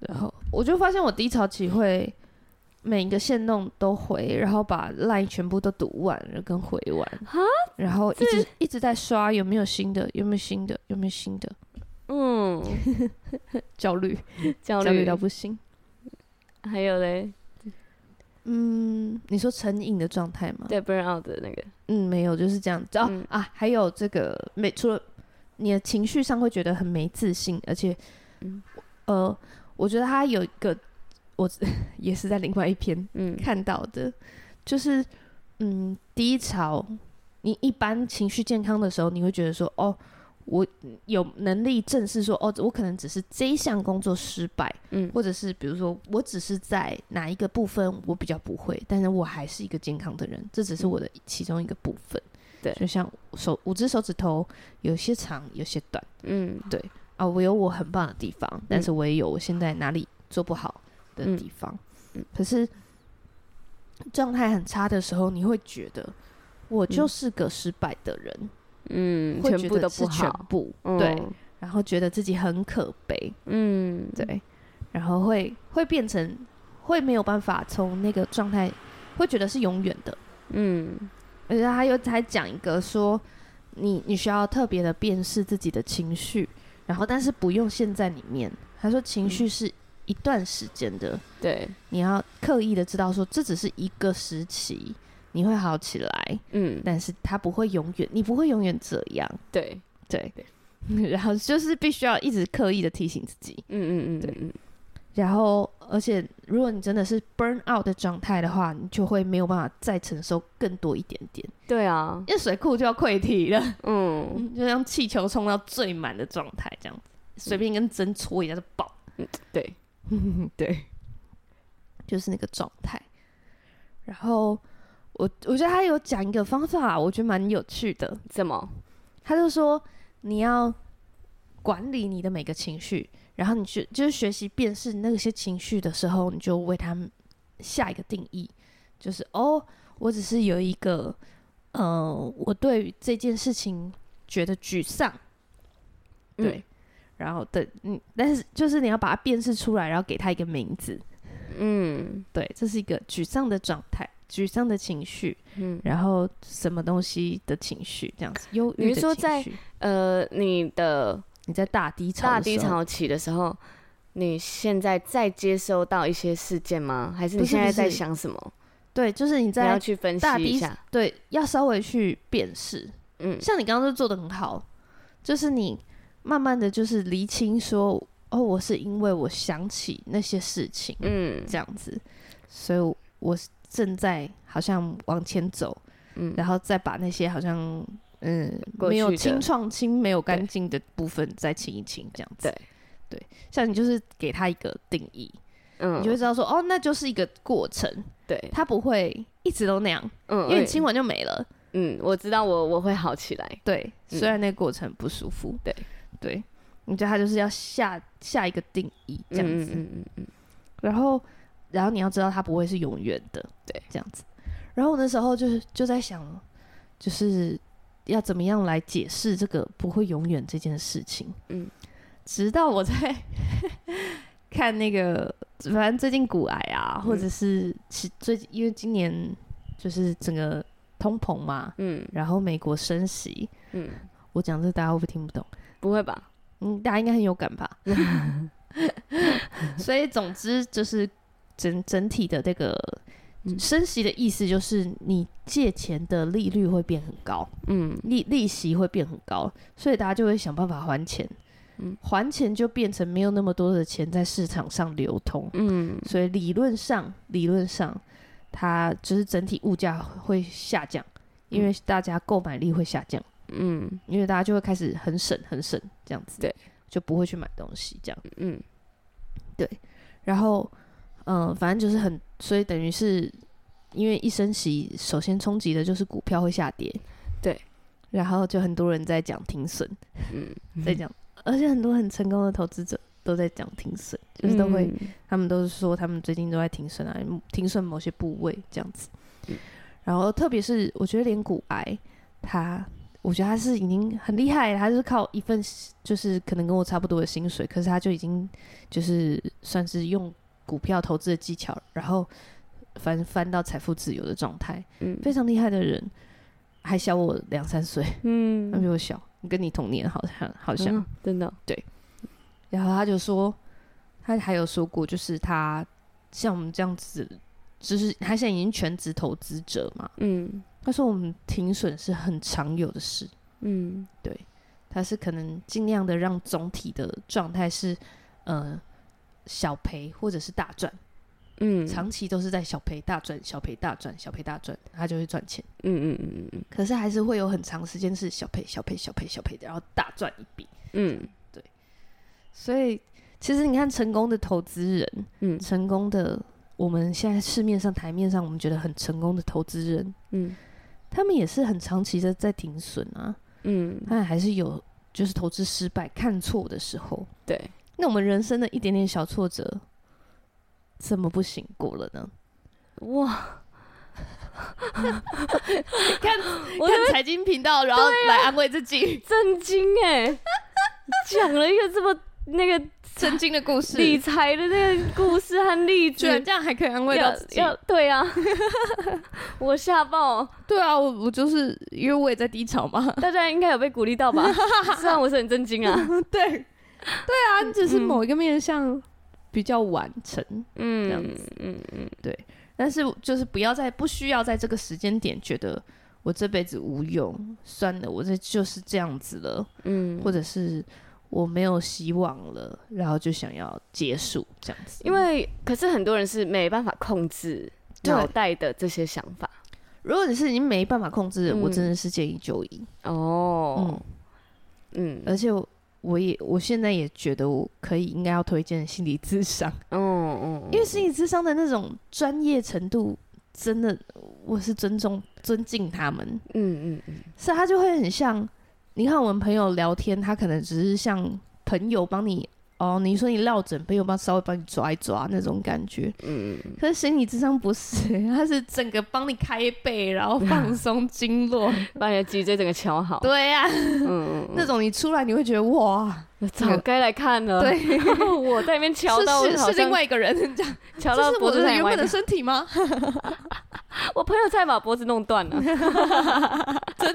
S2: 然后我就发现我低潮期会每一个线弄都回，然后把 line 全部都读完了跟回完，然后一直一直在刷有没有新的，有没有新的，有没有新的，
S3: 嗯，
S2: 焦虑
S3: (laughs) 焦
S2: 焦虑
S3: 虑
S2: 到不行。
S3: 还有嘞，
S2: 嗯，你说成瘾的状态吗？
S3: 对 burn out 的那个，
S2: 嗯，没有，就是这样子。哦、
S3: 嗯
S2: 啊，还有这个没，除了你的情绪上会觉得很没自信，而且，
S3: 嗯
S2: 呃，我觉得他有一个，我 (laughs) 也是在另外一篇
S3: 嗯
S2: 看到的，就是嗯，低潮，你一般情绪健康的时候，你会觉得说，哦，我有能力正视说，哦，我可能只是这一项工作失败，
S3: 嗯
S2: 或者是比如说我只是在哪一个部分我比较不会，但是我还是一个健康的人，这只是我的其中一个部分。
S3: 对
S2: 就像手五只手指头有些长，有些短
S3: 嗯
S2: 啊，我有我很棒的地方，但是我也有我现在哪里做不好的
S3: 嗯
S2: 地方。
S3: 嗯
S2: 可是状态很差的时候，你会觉得我就是个失败的人，
S3: 嗯，
S2: 会
S3: 全
S2: 觉
S3: 部都
S2: 得
S3: 不
S2: 是全
S3: 好，
S2: 部、
S3: 嗯
S2: 对，，然后觉得自己很可悲，
S3: 嗯，
S2: 对，然后会会变成会没有办法从那个状态，会觉得是永远的。
S3: 嗯
S2: 而且他又还讲一个说，你你需要特别的辨识自己的情绪，然后但是不用陷在里面。他说情绪是一段时间的，
S3: 对，
S2: 你要刻意的知道说这只是一个时期，你会好起来，
S3: 嗯
S2: 但是它不会永远，你不会永远这样。
S3: 对，
S2: 对， (laughs) 然后就是必须要一直刻意的提醒自己。
S3: 嗯嗯嗯，
S2: 对
S3: 嗯，
S2: 然后，而且如果你真的是 burn out 的状态的话，你就会没有办法再承受更多一点点，
S3: 对啊，
S2: 因为水库就要溃堤了， (laughs)
S3: 嗯。
S2: 就像气球冲到最满的状态这样子，随便一根针戳一下就爆，
S3: 对，对，
S2: 就是那个状态。然后我我觉得他有讲一个方法，我觉得蛮有趣的，
S3: 怎么？
S2: 他就说你要管理你的每个情绪，然后你去就是学习辨识那些情绪的时候，你就为他们下一个定义，就是哦，我只是有一个，
S3: 嗯
S2: 呃，我对于这件事情觉得沮丧，对，然后对，嗯，但是就是你要把它辨识出来，然后给它一个名字，
S3: 嗯
S2: 对，这是一个沮丧的状态，沮丧的情绪，
S3: 嗯，
S2: 然后什么东西的情绪，这样子，忧郁
S3: 你
S2: 的
S3: 是
S2: 情
S3: 说
S2: 绪。
S3: 在呃，你的
S2: 你在大低潮，
S3: 大低，潮期的时候，你现在再接收到一些事件吗？还是你
S2: 不是
S3: 现在
S2: 不是
S3: 在想什么？
S2: 对，就是你
S3: 你要
S2: 在
S3: 去分析
S2: 大
S3: 一
S2: 低
S3: 下。
S2: 对要稍微去辨识，
S3: 嗯
S2: 像你刚刚就做的很好，就是你慢慢的就是厘清说，哦，我是因为我想起那些事情
S3: 嗯
S2: 这样子，所以我我是正在好像往前走，
S3: 嗯
S2: 然后再把那些好像嗯
S3: 过
S2: 没有
S3: 去的
S2: 清创清没有干净的部分再清一清这样子。
S3: 对
S2: 对，像你就是给他一个定义，
S3: 嗯，
S2: 你就会知道说，哦，那就是一个过程，
S3: 对，
S2: 他不会一直都那样，
S3: 嗯，
S2: 因为
S3: 我
S2: 你清完就没了。
S3: 嗯，我知道我我会好起来。
S2: 对，
S3: 嗯
S2: 虽然那个过程不舒服，
S3: 对
S2: 对，你觉得他就是要下下一个定义这样
S3: 嗯
S2: 子，
S3: 嗯嗯嗯
S2: 然后然后你要知道它不会是永远的，
S3: 对，
S2: 这样子。然后我那时候就是就在想，就是要怎么样来解释这个不会永远这件事情，
S3: 嗯，
S2: 直到我在 (laughs) 看那个，反正最近骨癌啊，
S3: 嗯
S2: 或者是其最近因为今年就是整个通膨嘛，
S3: 嗯
S2: 然后美国升息，
S3: 嗯，
S2: 我讲这大家会不会听不懂？
S3: 不会吧？
S2: 嗯，大家应该很有感 (laughs) 吧。所以总之就是整整体的这个
S3: 嗯
S2: 升息的意思就是你借钱的利率会变很高，
S3: 嗯
S2: 利利息会变很高，所以大家就会想办法还钱。
S3: 嗯
S2: 还钱就变成没有那么多的钱在市场上流通，
S3: 嗯
S2: 所以理论上理论上它就是整体物价会下降，因为大家购买力会下降。
S3: 嗯
S2: 因为大家就会开始很省很省这样子，
S3: 对，
S2: 就不会去买东西这样。
S3: 嗯
S2: 然后，嗯、反正就是很，所以等于是因为一升息，首先冲击的就是股票会下跌，
S3: 对，
S2: 然后就很多人在讲停损，
S3: 嗯，
S2: 在讲，而且很多很成功的投资者都在讲停损，就是都
S3: 嗯
S2: 会，他们都是说他们最近都在停损啊，停损某些部位这样子。
S3: 嗯
S2: 然后特别是我觉得连骨癌，他我觉得他是已经很厉害，他是靠一份就是可能跟我差不多的薪水，可是他就已经就是算是用股票投资的技巧，然后翻翻到财富自由的状态，
S3: 嗯
S2: 非常厉害的人，还小我两三岁， (laughs) 他比
S3: 嗯，
S2: 我小，跟你同年好像好像。
S3: 嗯真的，
S2: 然后他就说，他还有说过，就是他像我们这样子，就是他现在已经全职投资者嘛。
S3: 嗯
S2: 他说我们停损是很常有的事，
S3: 嗯
S2: 他是可能尽量的让总体的状态是，呃，小赔或者是大赚，
S3: 嗯，
S2: 长期都是在小赔大赚、小赔大赚、小赔大赚，他就会赚钱。
S3: 嗯嗯嗯嗯
S2: 可是还是会有很长时间是小赔、小赔、小赔、小赔的，然后大赚一笔。
S3: 嗯
S2: 所以其实你看，成功的投资人，
S3: 嗯
S2: 成功的，我们现在市面上台面上我们觉得很成功的投资人，
S3: 嗯
S2: 他们也是很长期的在停损啊，
S3: 嗯，
S2: 但还是有就是投资失败、看错的时候。
S3: 对，
S2: 那我们人生的一点点小挫折，怎么不醒过了呢？
S3: 哇，
S2: 看
S3: 我
S2: 看财经频道，然后来安慰自 (laughs) 己
S3: 震惊哎， (laughs) 讲了一个这么那个
S2: 震惊的故事，
S3: 理财的那个故事和例
S2: (laughs) 居然
S3: 子，
S2: 这样还可以安慰到
S3: 要
S2: 自己。
S3: 要对啊， (laughs) 我吓爆。
S2: 对啊，我我就是因为我也在低潮嘛。 (laughs)
S3: 大家应该有被鼓励到吧？虽然我是很震惊啊，
S2: 对，对啊，你只是某一个面向比较完成。
S3: 嗯，
S2: 这样子
S3: 嗯嗯
S2: 但是就是不要在不需要在这个时间点觉得我这辈子无用，算了，我这就是这样子了，
S3: 嗯，
S2: 或者是我没有希望了，然后就想要结束这样子。
S3: 因为可是很多人是没办法控制
S2: 对
S3: 脑袋的这些想法
S2: 如果你是已经没办法控制了，
S3: 嗯
S2: 我真的是建议就医。
S3: 哦
S2: 嗯，，
S3: 嗯
S2: 而且我我也我现在也觉得我可以应该要推荐心理咨商，
S3: 嗯嗯，
S2: 呃因为心理咨商的那种专业程度，真的我是尊重尊敬他们。
S3: 嗯嗯嗯
S2: 是他就会很像，你看我们朋友聊天，他可能只是像朋友帮你哦，你说你落枕，朋友帮稍微帮你抓一抓那种感觉，
S3: 嗯，
S2: 可是心理智商不是，他是整个帮你开背，然后放松经络。
S3: (laughs) 把你的脊椎整个敲好。
S2: 对呀、
S3: 嗯，
S2: 那种你出来你会觉得哇，
S3: 早该来看了。
S2: 对，
S3: 我在那边敲到，
S2: 是
S3: 我
S2: 是
S3: 好
S2: 是另
S3: 像
S2: 外一个人，这样
S3: 敲到
S2: 这是
S3: 脖
S2: 我
S3: 子上
S2: 的
S3: 也
S2: 原
S3: 歪
S2: 本
S3: 掉
S2: 的。身体吗？ (laughs)
S3: 我朋友差点把脖子弄断了。
S2: 真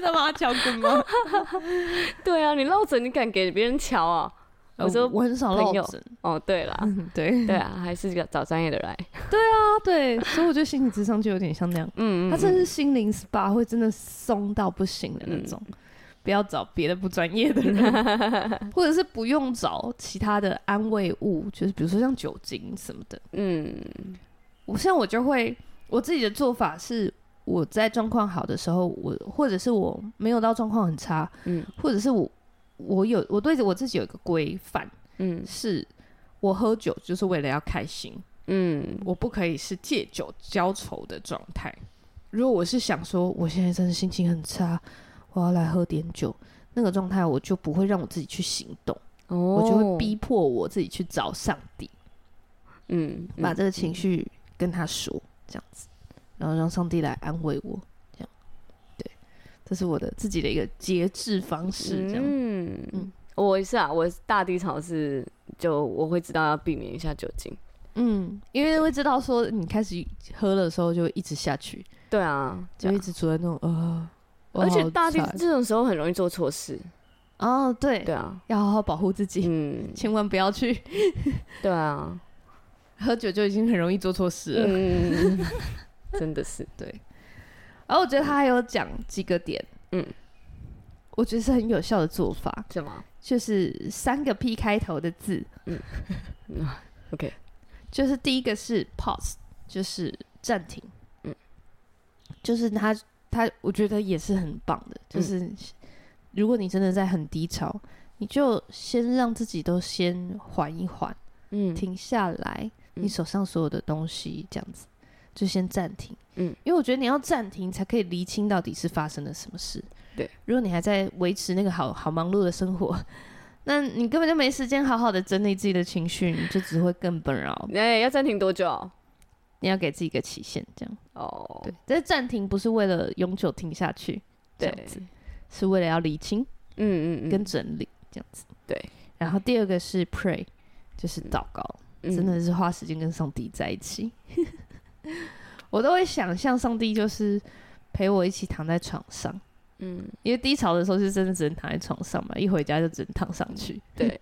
S3: (laughs)
S2: 的吗？巧棍吗？
S3: 对啊，你落枕你敢给别人瞧啊？我
S2: 呃
S3: 说
S2: 我很少
S3: 朋
S2: 落
S3: 友
S2: 枕，
S3: 哦，对
S2: (laughs)
S3: 啦，
S2: 嗯对
S3: 对啊，还是找专业的来。
S2: 啊对，所以我觉得心理智商就有点像那样，
S3: 嗯，
S2: 他
S3: 嗯
S2: 真的是心灵 SPA 会真的松到不行的那种。
S3: 嗯
S2: 不要找别的不专业的人，
S3: (laughs)
S2: 或者是不用找其他的安慰物，就是比如说像酒精什么的。
S3: 嗯
S2: 我像我就会我自己的做法是，我在状况好的时候，我或者是我没有到状况很差，
S3: 嗯
S2: 或者是我我有我对着我自己有一个规范，
S3: 嗯
S2: 是我喝酒就是为了要开心，
S3: 嗯
S2: 我不可以是借酒浇愁的状态。如果我是想说我现在真的心情很差，我要来喝点酒，那个状态我就不会让我自己去行动，
S3: 哦，
S2: 我就会逼迫我自己去找上帝。
S3: 嗯
S2: 把
S3: 嗯
S2: 这个情绪跟他说，这样子，然后让上帝来安慰我，这样，对，这是我的自己的一个节制方式，这样，
S3: 嗯
S2: 嗯
S3: 我也是啊，我大低潮是就我会知道要避免一下酒精。
S2: 嗯，因为会知道说你开始喝的时候就一直下去，
S3: 对啊，
S2: 就
S3: 对
S2: 一
S3: 啊
S2: 直处在那种呃，我
S3: 而且
S2: 好
S3: 大地
S2: 惨
S3: 这种时候很容易做错事。
S2: 哦，对，
S3: 对啊，
S2: 要好好保护自己，
S3: 嗯，
S2: 千万不要去 (laughs)
S3: 对啊，
S2: 喝酒，就已经很容易做错事了。
S3: 嗯， (laughs) 真的是，
S2: 对，然后我觉得他还有讲几个点，
S3: 嗯，
S2: 我觉得是很有效的做法，
S3: 什么
S2: 就是三个 P 开头的字，
S3: 嗯 (laughs) 啊？OK，
S2: 就是第一个是 pause，就是暂停，
S3: 嗯
S2: 嗯，就是他他我觉得也是很棒
S3: 嗯
S2: 的，就是如果你真的在很低潮，你就先让自己都先缓一缓，
S3: 嗯，
S2: 停下来，
S3: 嗯
S2: 你手上所有的东西这样子。就先暂停，
S3: 嗯
S2: 嗯，因为我觉得你要暂停才可以厘清到底是发生了什么事。
S3: 对，
S2: 如果你还在维持那个好好忙碌的生活， (laughs) 那你根本就没时间好好的整理自己的情绪，你就只会更本扰，
S3: 哎，要暂停多久？
S2: 你要给自己一个期限，这样。
S3: 哦，
S2: 对，但是暂停不是为了永久停下去，这样子，是为了要理清
S3: 嗯嗯嗯，
S2: 跟整理，这样子。
S3: 对。
S2: 然后第二个是 pray，就是祷告，
S3: 嗯
S2: 真的是花时间跟上帝在一起。 (laughs) 我都会想象上帝就是陪我一起躺在床上，
S3: 嗯，
S2: 因为低潮的时候就真的只能躺在床上嘛，一回家就只能躺上去。
S3: (laughs) 对，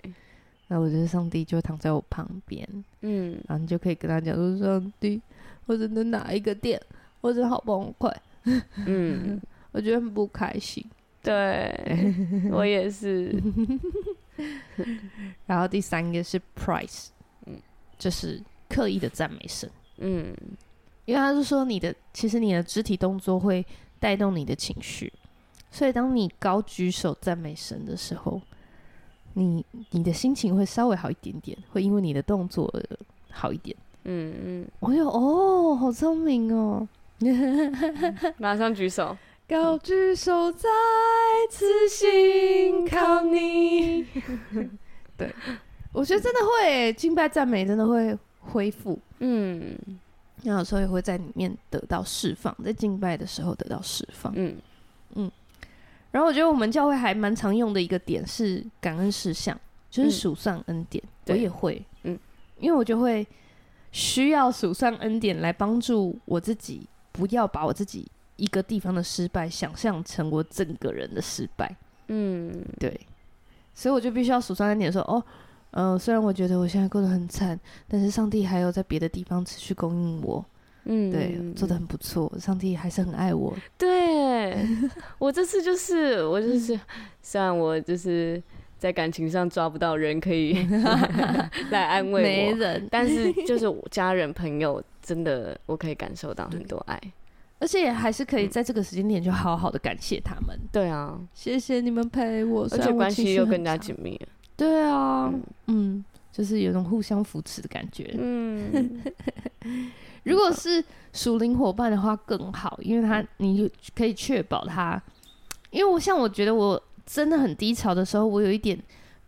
S2: 然后我觉得上帝就躺在我旁边，
S3: 嗯
S2: 然后你就可以跟他讲说：“上帝，我真的哪一个点，我真的好崩溃， (laughs)
S3: 嗯，
S2: 我觉得很不开心。
S3: 对，我也是，”
S2: 然后第三个是 price，
S3: 嗯
S2: 嗯，就是刻意的赞美声，
S3: 嗯
S2: 因为他是说你的，其实你的肢体动作会带动你的情绪，所以当你高举手赞美神的时候，你你的心情会稍微好一点点，会因为你的动作而好一点。
S3: 嗯
S2: 我就哦，好聪明哦。
S3: 嗯，马上举手，
S2: 高举手，再次信靠你。 (laughs) 对，我觉得真的会敬拜赞美，真的会恢复。
S3: 嗯
S2: 那有时候也会在里面得到释放，在敬拜的时候得到释放。
S3: 嗯
S2: 然后我觉得我们教会还蛮常用的一个点是感恩事项，就是
S3: 嗯
S2: 数算恩典。我
S3: 对
S2: 也会，
S3: 嗯
S2: 嗯，因为我就会需要数算恩典来帮助我自己，不要把我自己一个地方的失败想象成我整个人的失败。
S3: 嗯
S2: 对，所以我就必须要数算恩典，说哦，嗯、虽然我觉得我现在过得很惨，但是上帝还有在别的地方持续供应我，
S3: 嗯，
S2: 对，做的很不错，上帝还是很爱我。
S3: 对，我这次就是我
S2: 嗯
S3: 就是，虽然我就是在感情上抓不到人可
S2: (laughs)
S3: 以来安慰
S2: 没
S3: 我，
S2: 人，
S3: 但是就是我家人朋友真的我可以感受到很多爱。
S2: 而且还是
S3: 嗯
S2: 可以在这个时间点就好好的感谢他们，
S3: 对啊，
S2: 谢谢你们陪我，
S3: 而
S2: 虽然
S3: 且
S2: 啊我
S3: 关
S2: 情
S3: 系
S2: 绪
S3: 又
S2: 很
S3: 更加
S2: 差
S3: 紧密了。
S2: 对啊，嗯，就是有种互相扶持的感觉。
S3: 嗯，
S2: 如果是属灵伙伴的话更好，因为
S3: 嗯
S2: 他你可以确保他，因为我像我觉得我真的很低潮的时候，我有一点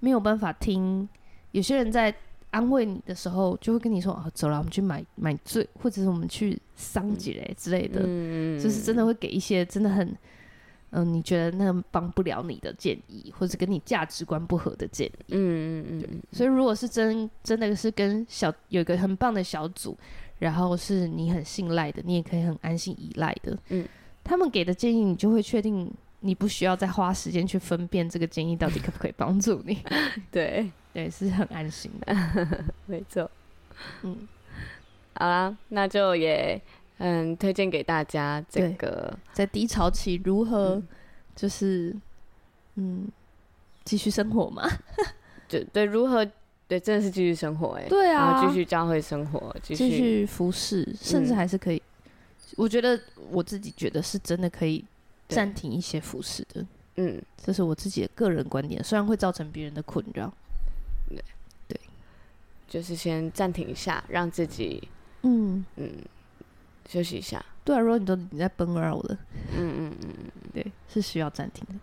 S2: 没有办法听有些人在安慰你的时候，就会跟你说：“哦，走了，我们去买买醉，或者是我们去桑几嘞之类的。
S3: 嗯
S2: 就是真的会给一些真的很，嗯、你觉得那帮不了你的建议，或者跟你价值观不合的建议。
S3: 嗯嗯嗯
S2: 所以如果是真真的是跟小有一个很棒的小组，然后是你很信赖的，你也可以很安心依赖的，
S3: 嗯，
S2: 他们给的建议你就会确定，你不需要再花时间去分辨这个建议到底可不可以帮助 (laughs) 你，
S3: 嗯， (laughs) 对，
S2: 对，是很安心 (laughs) 的，
S3: 没错。
S2: 嗯，
S3: 好啦，那就也嗯推荐给大家这
S2: 对
S3: 个，
S2: 在低潮期如何就是嗯继续生活嘛，
S3: 就对如何对真的是继续生活哎、
S2: (laughs) 对
S3: 然后
S2: 啊，
S3: 继续教会生活，继
S2: 继
S3: 续
S2: 续服侍，甚
S3: 嗯
S2: 至还是可以，我觉得我自己觉得是真的可以
S3: 对
S2: 暂停一些服侍的。
S3: 嗯
S2: 这是我自己的个人观点，虽然会造成别人的困扰。
S3: 就是先暂停一下，让自己
S2: 嗯，
S3: 嗯休息一下，
S2: 对啊，如果你都你在奔二我的，
S3: 嗯嗯嗯，
S2: 对，是需要暂停的。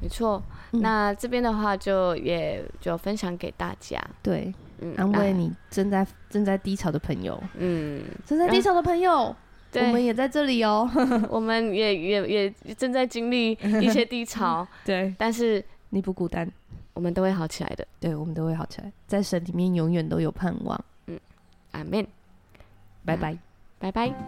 S3: 没错。
S2: 嗯
S3: 那这边的话就也就分享给大家，
S2: 对，
S3: 嗯，
S2: 安
S3: 那
S2: 慰你正在正在低潮的朋友，
S3: 嗯，
S2: 正在
S3: 然后
S2: 低潮的朋友，我
S3: 对，我
S2: 们
S3: 们
S2: 也在这里哦。
S3: 我们也也也正在经历一些低
S2: (laughs)
S3: 潮，
S2: 对，
S3: 但是
S2: 你不孤单，
S3: 我们都会好起来的。
S2: 对我们都会好起来，在神里面永远都有盼望。
S3: 阿门，
S2: 拜拜。
S3: 拜拜。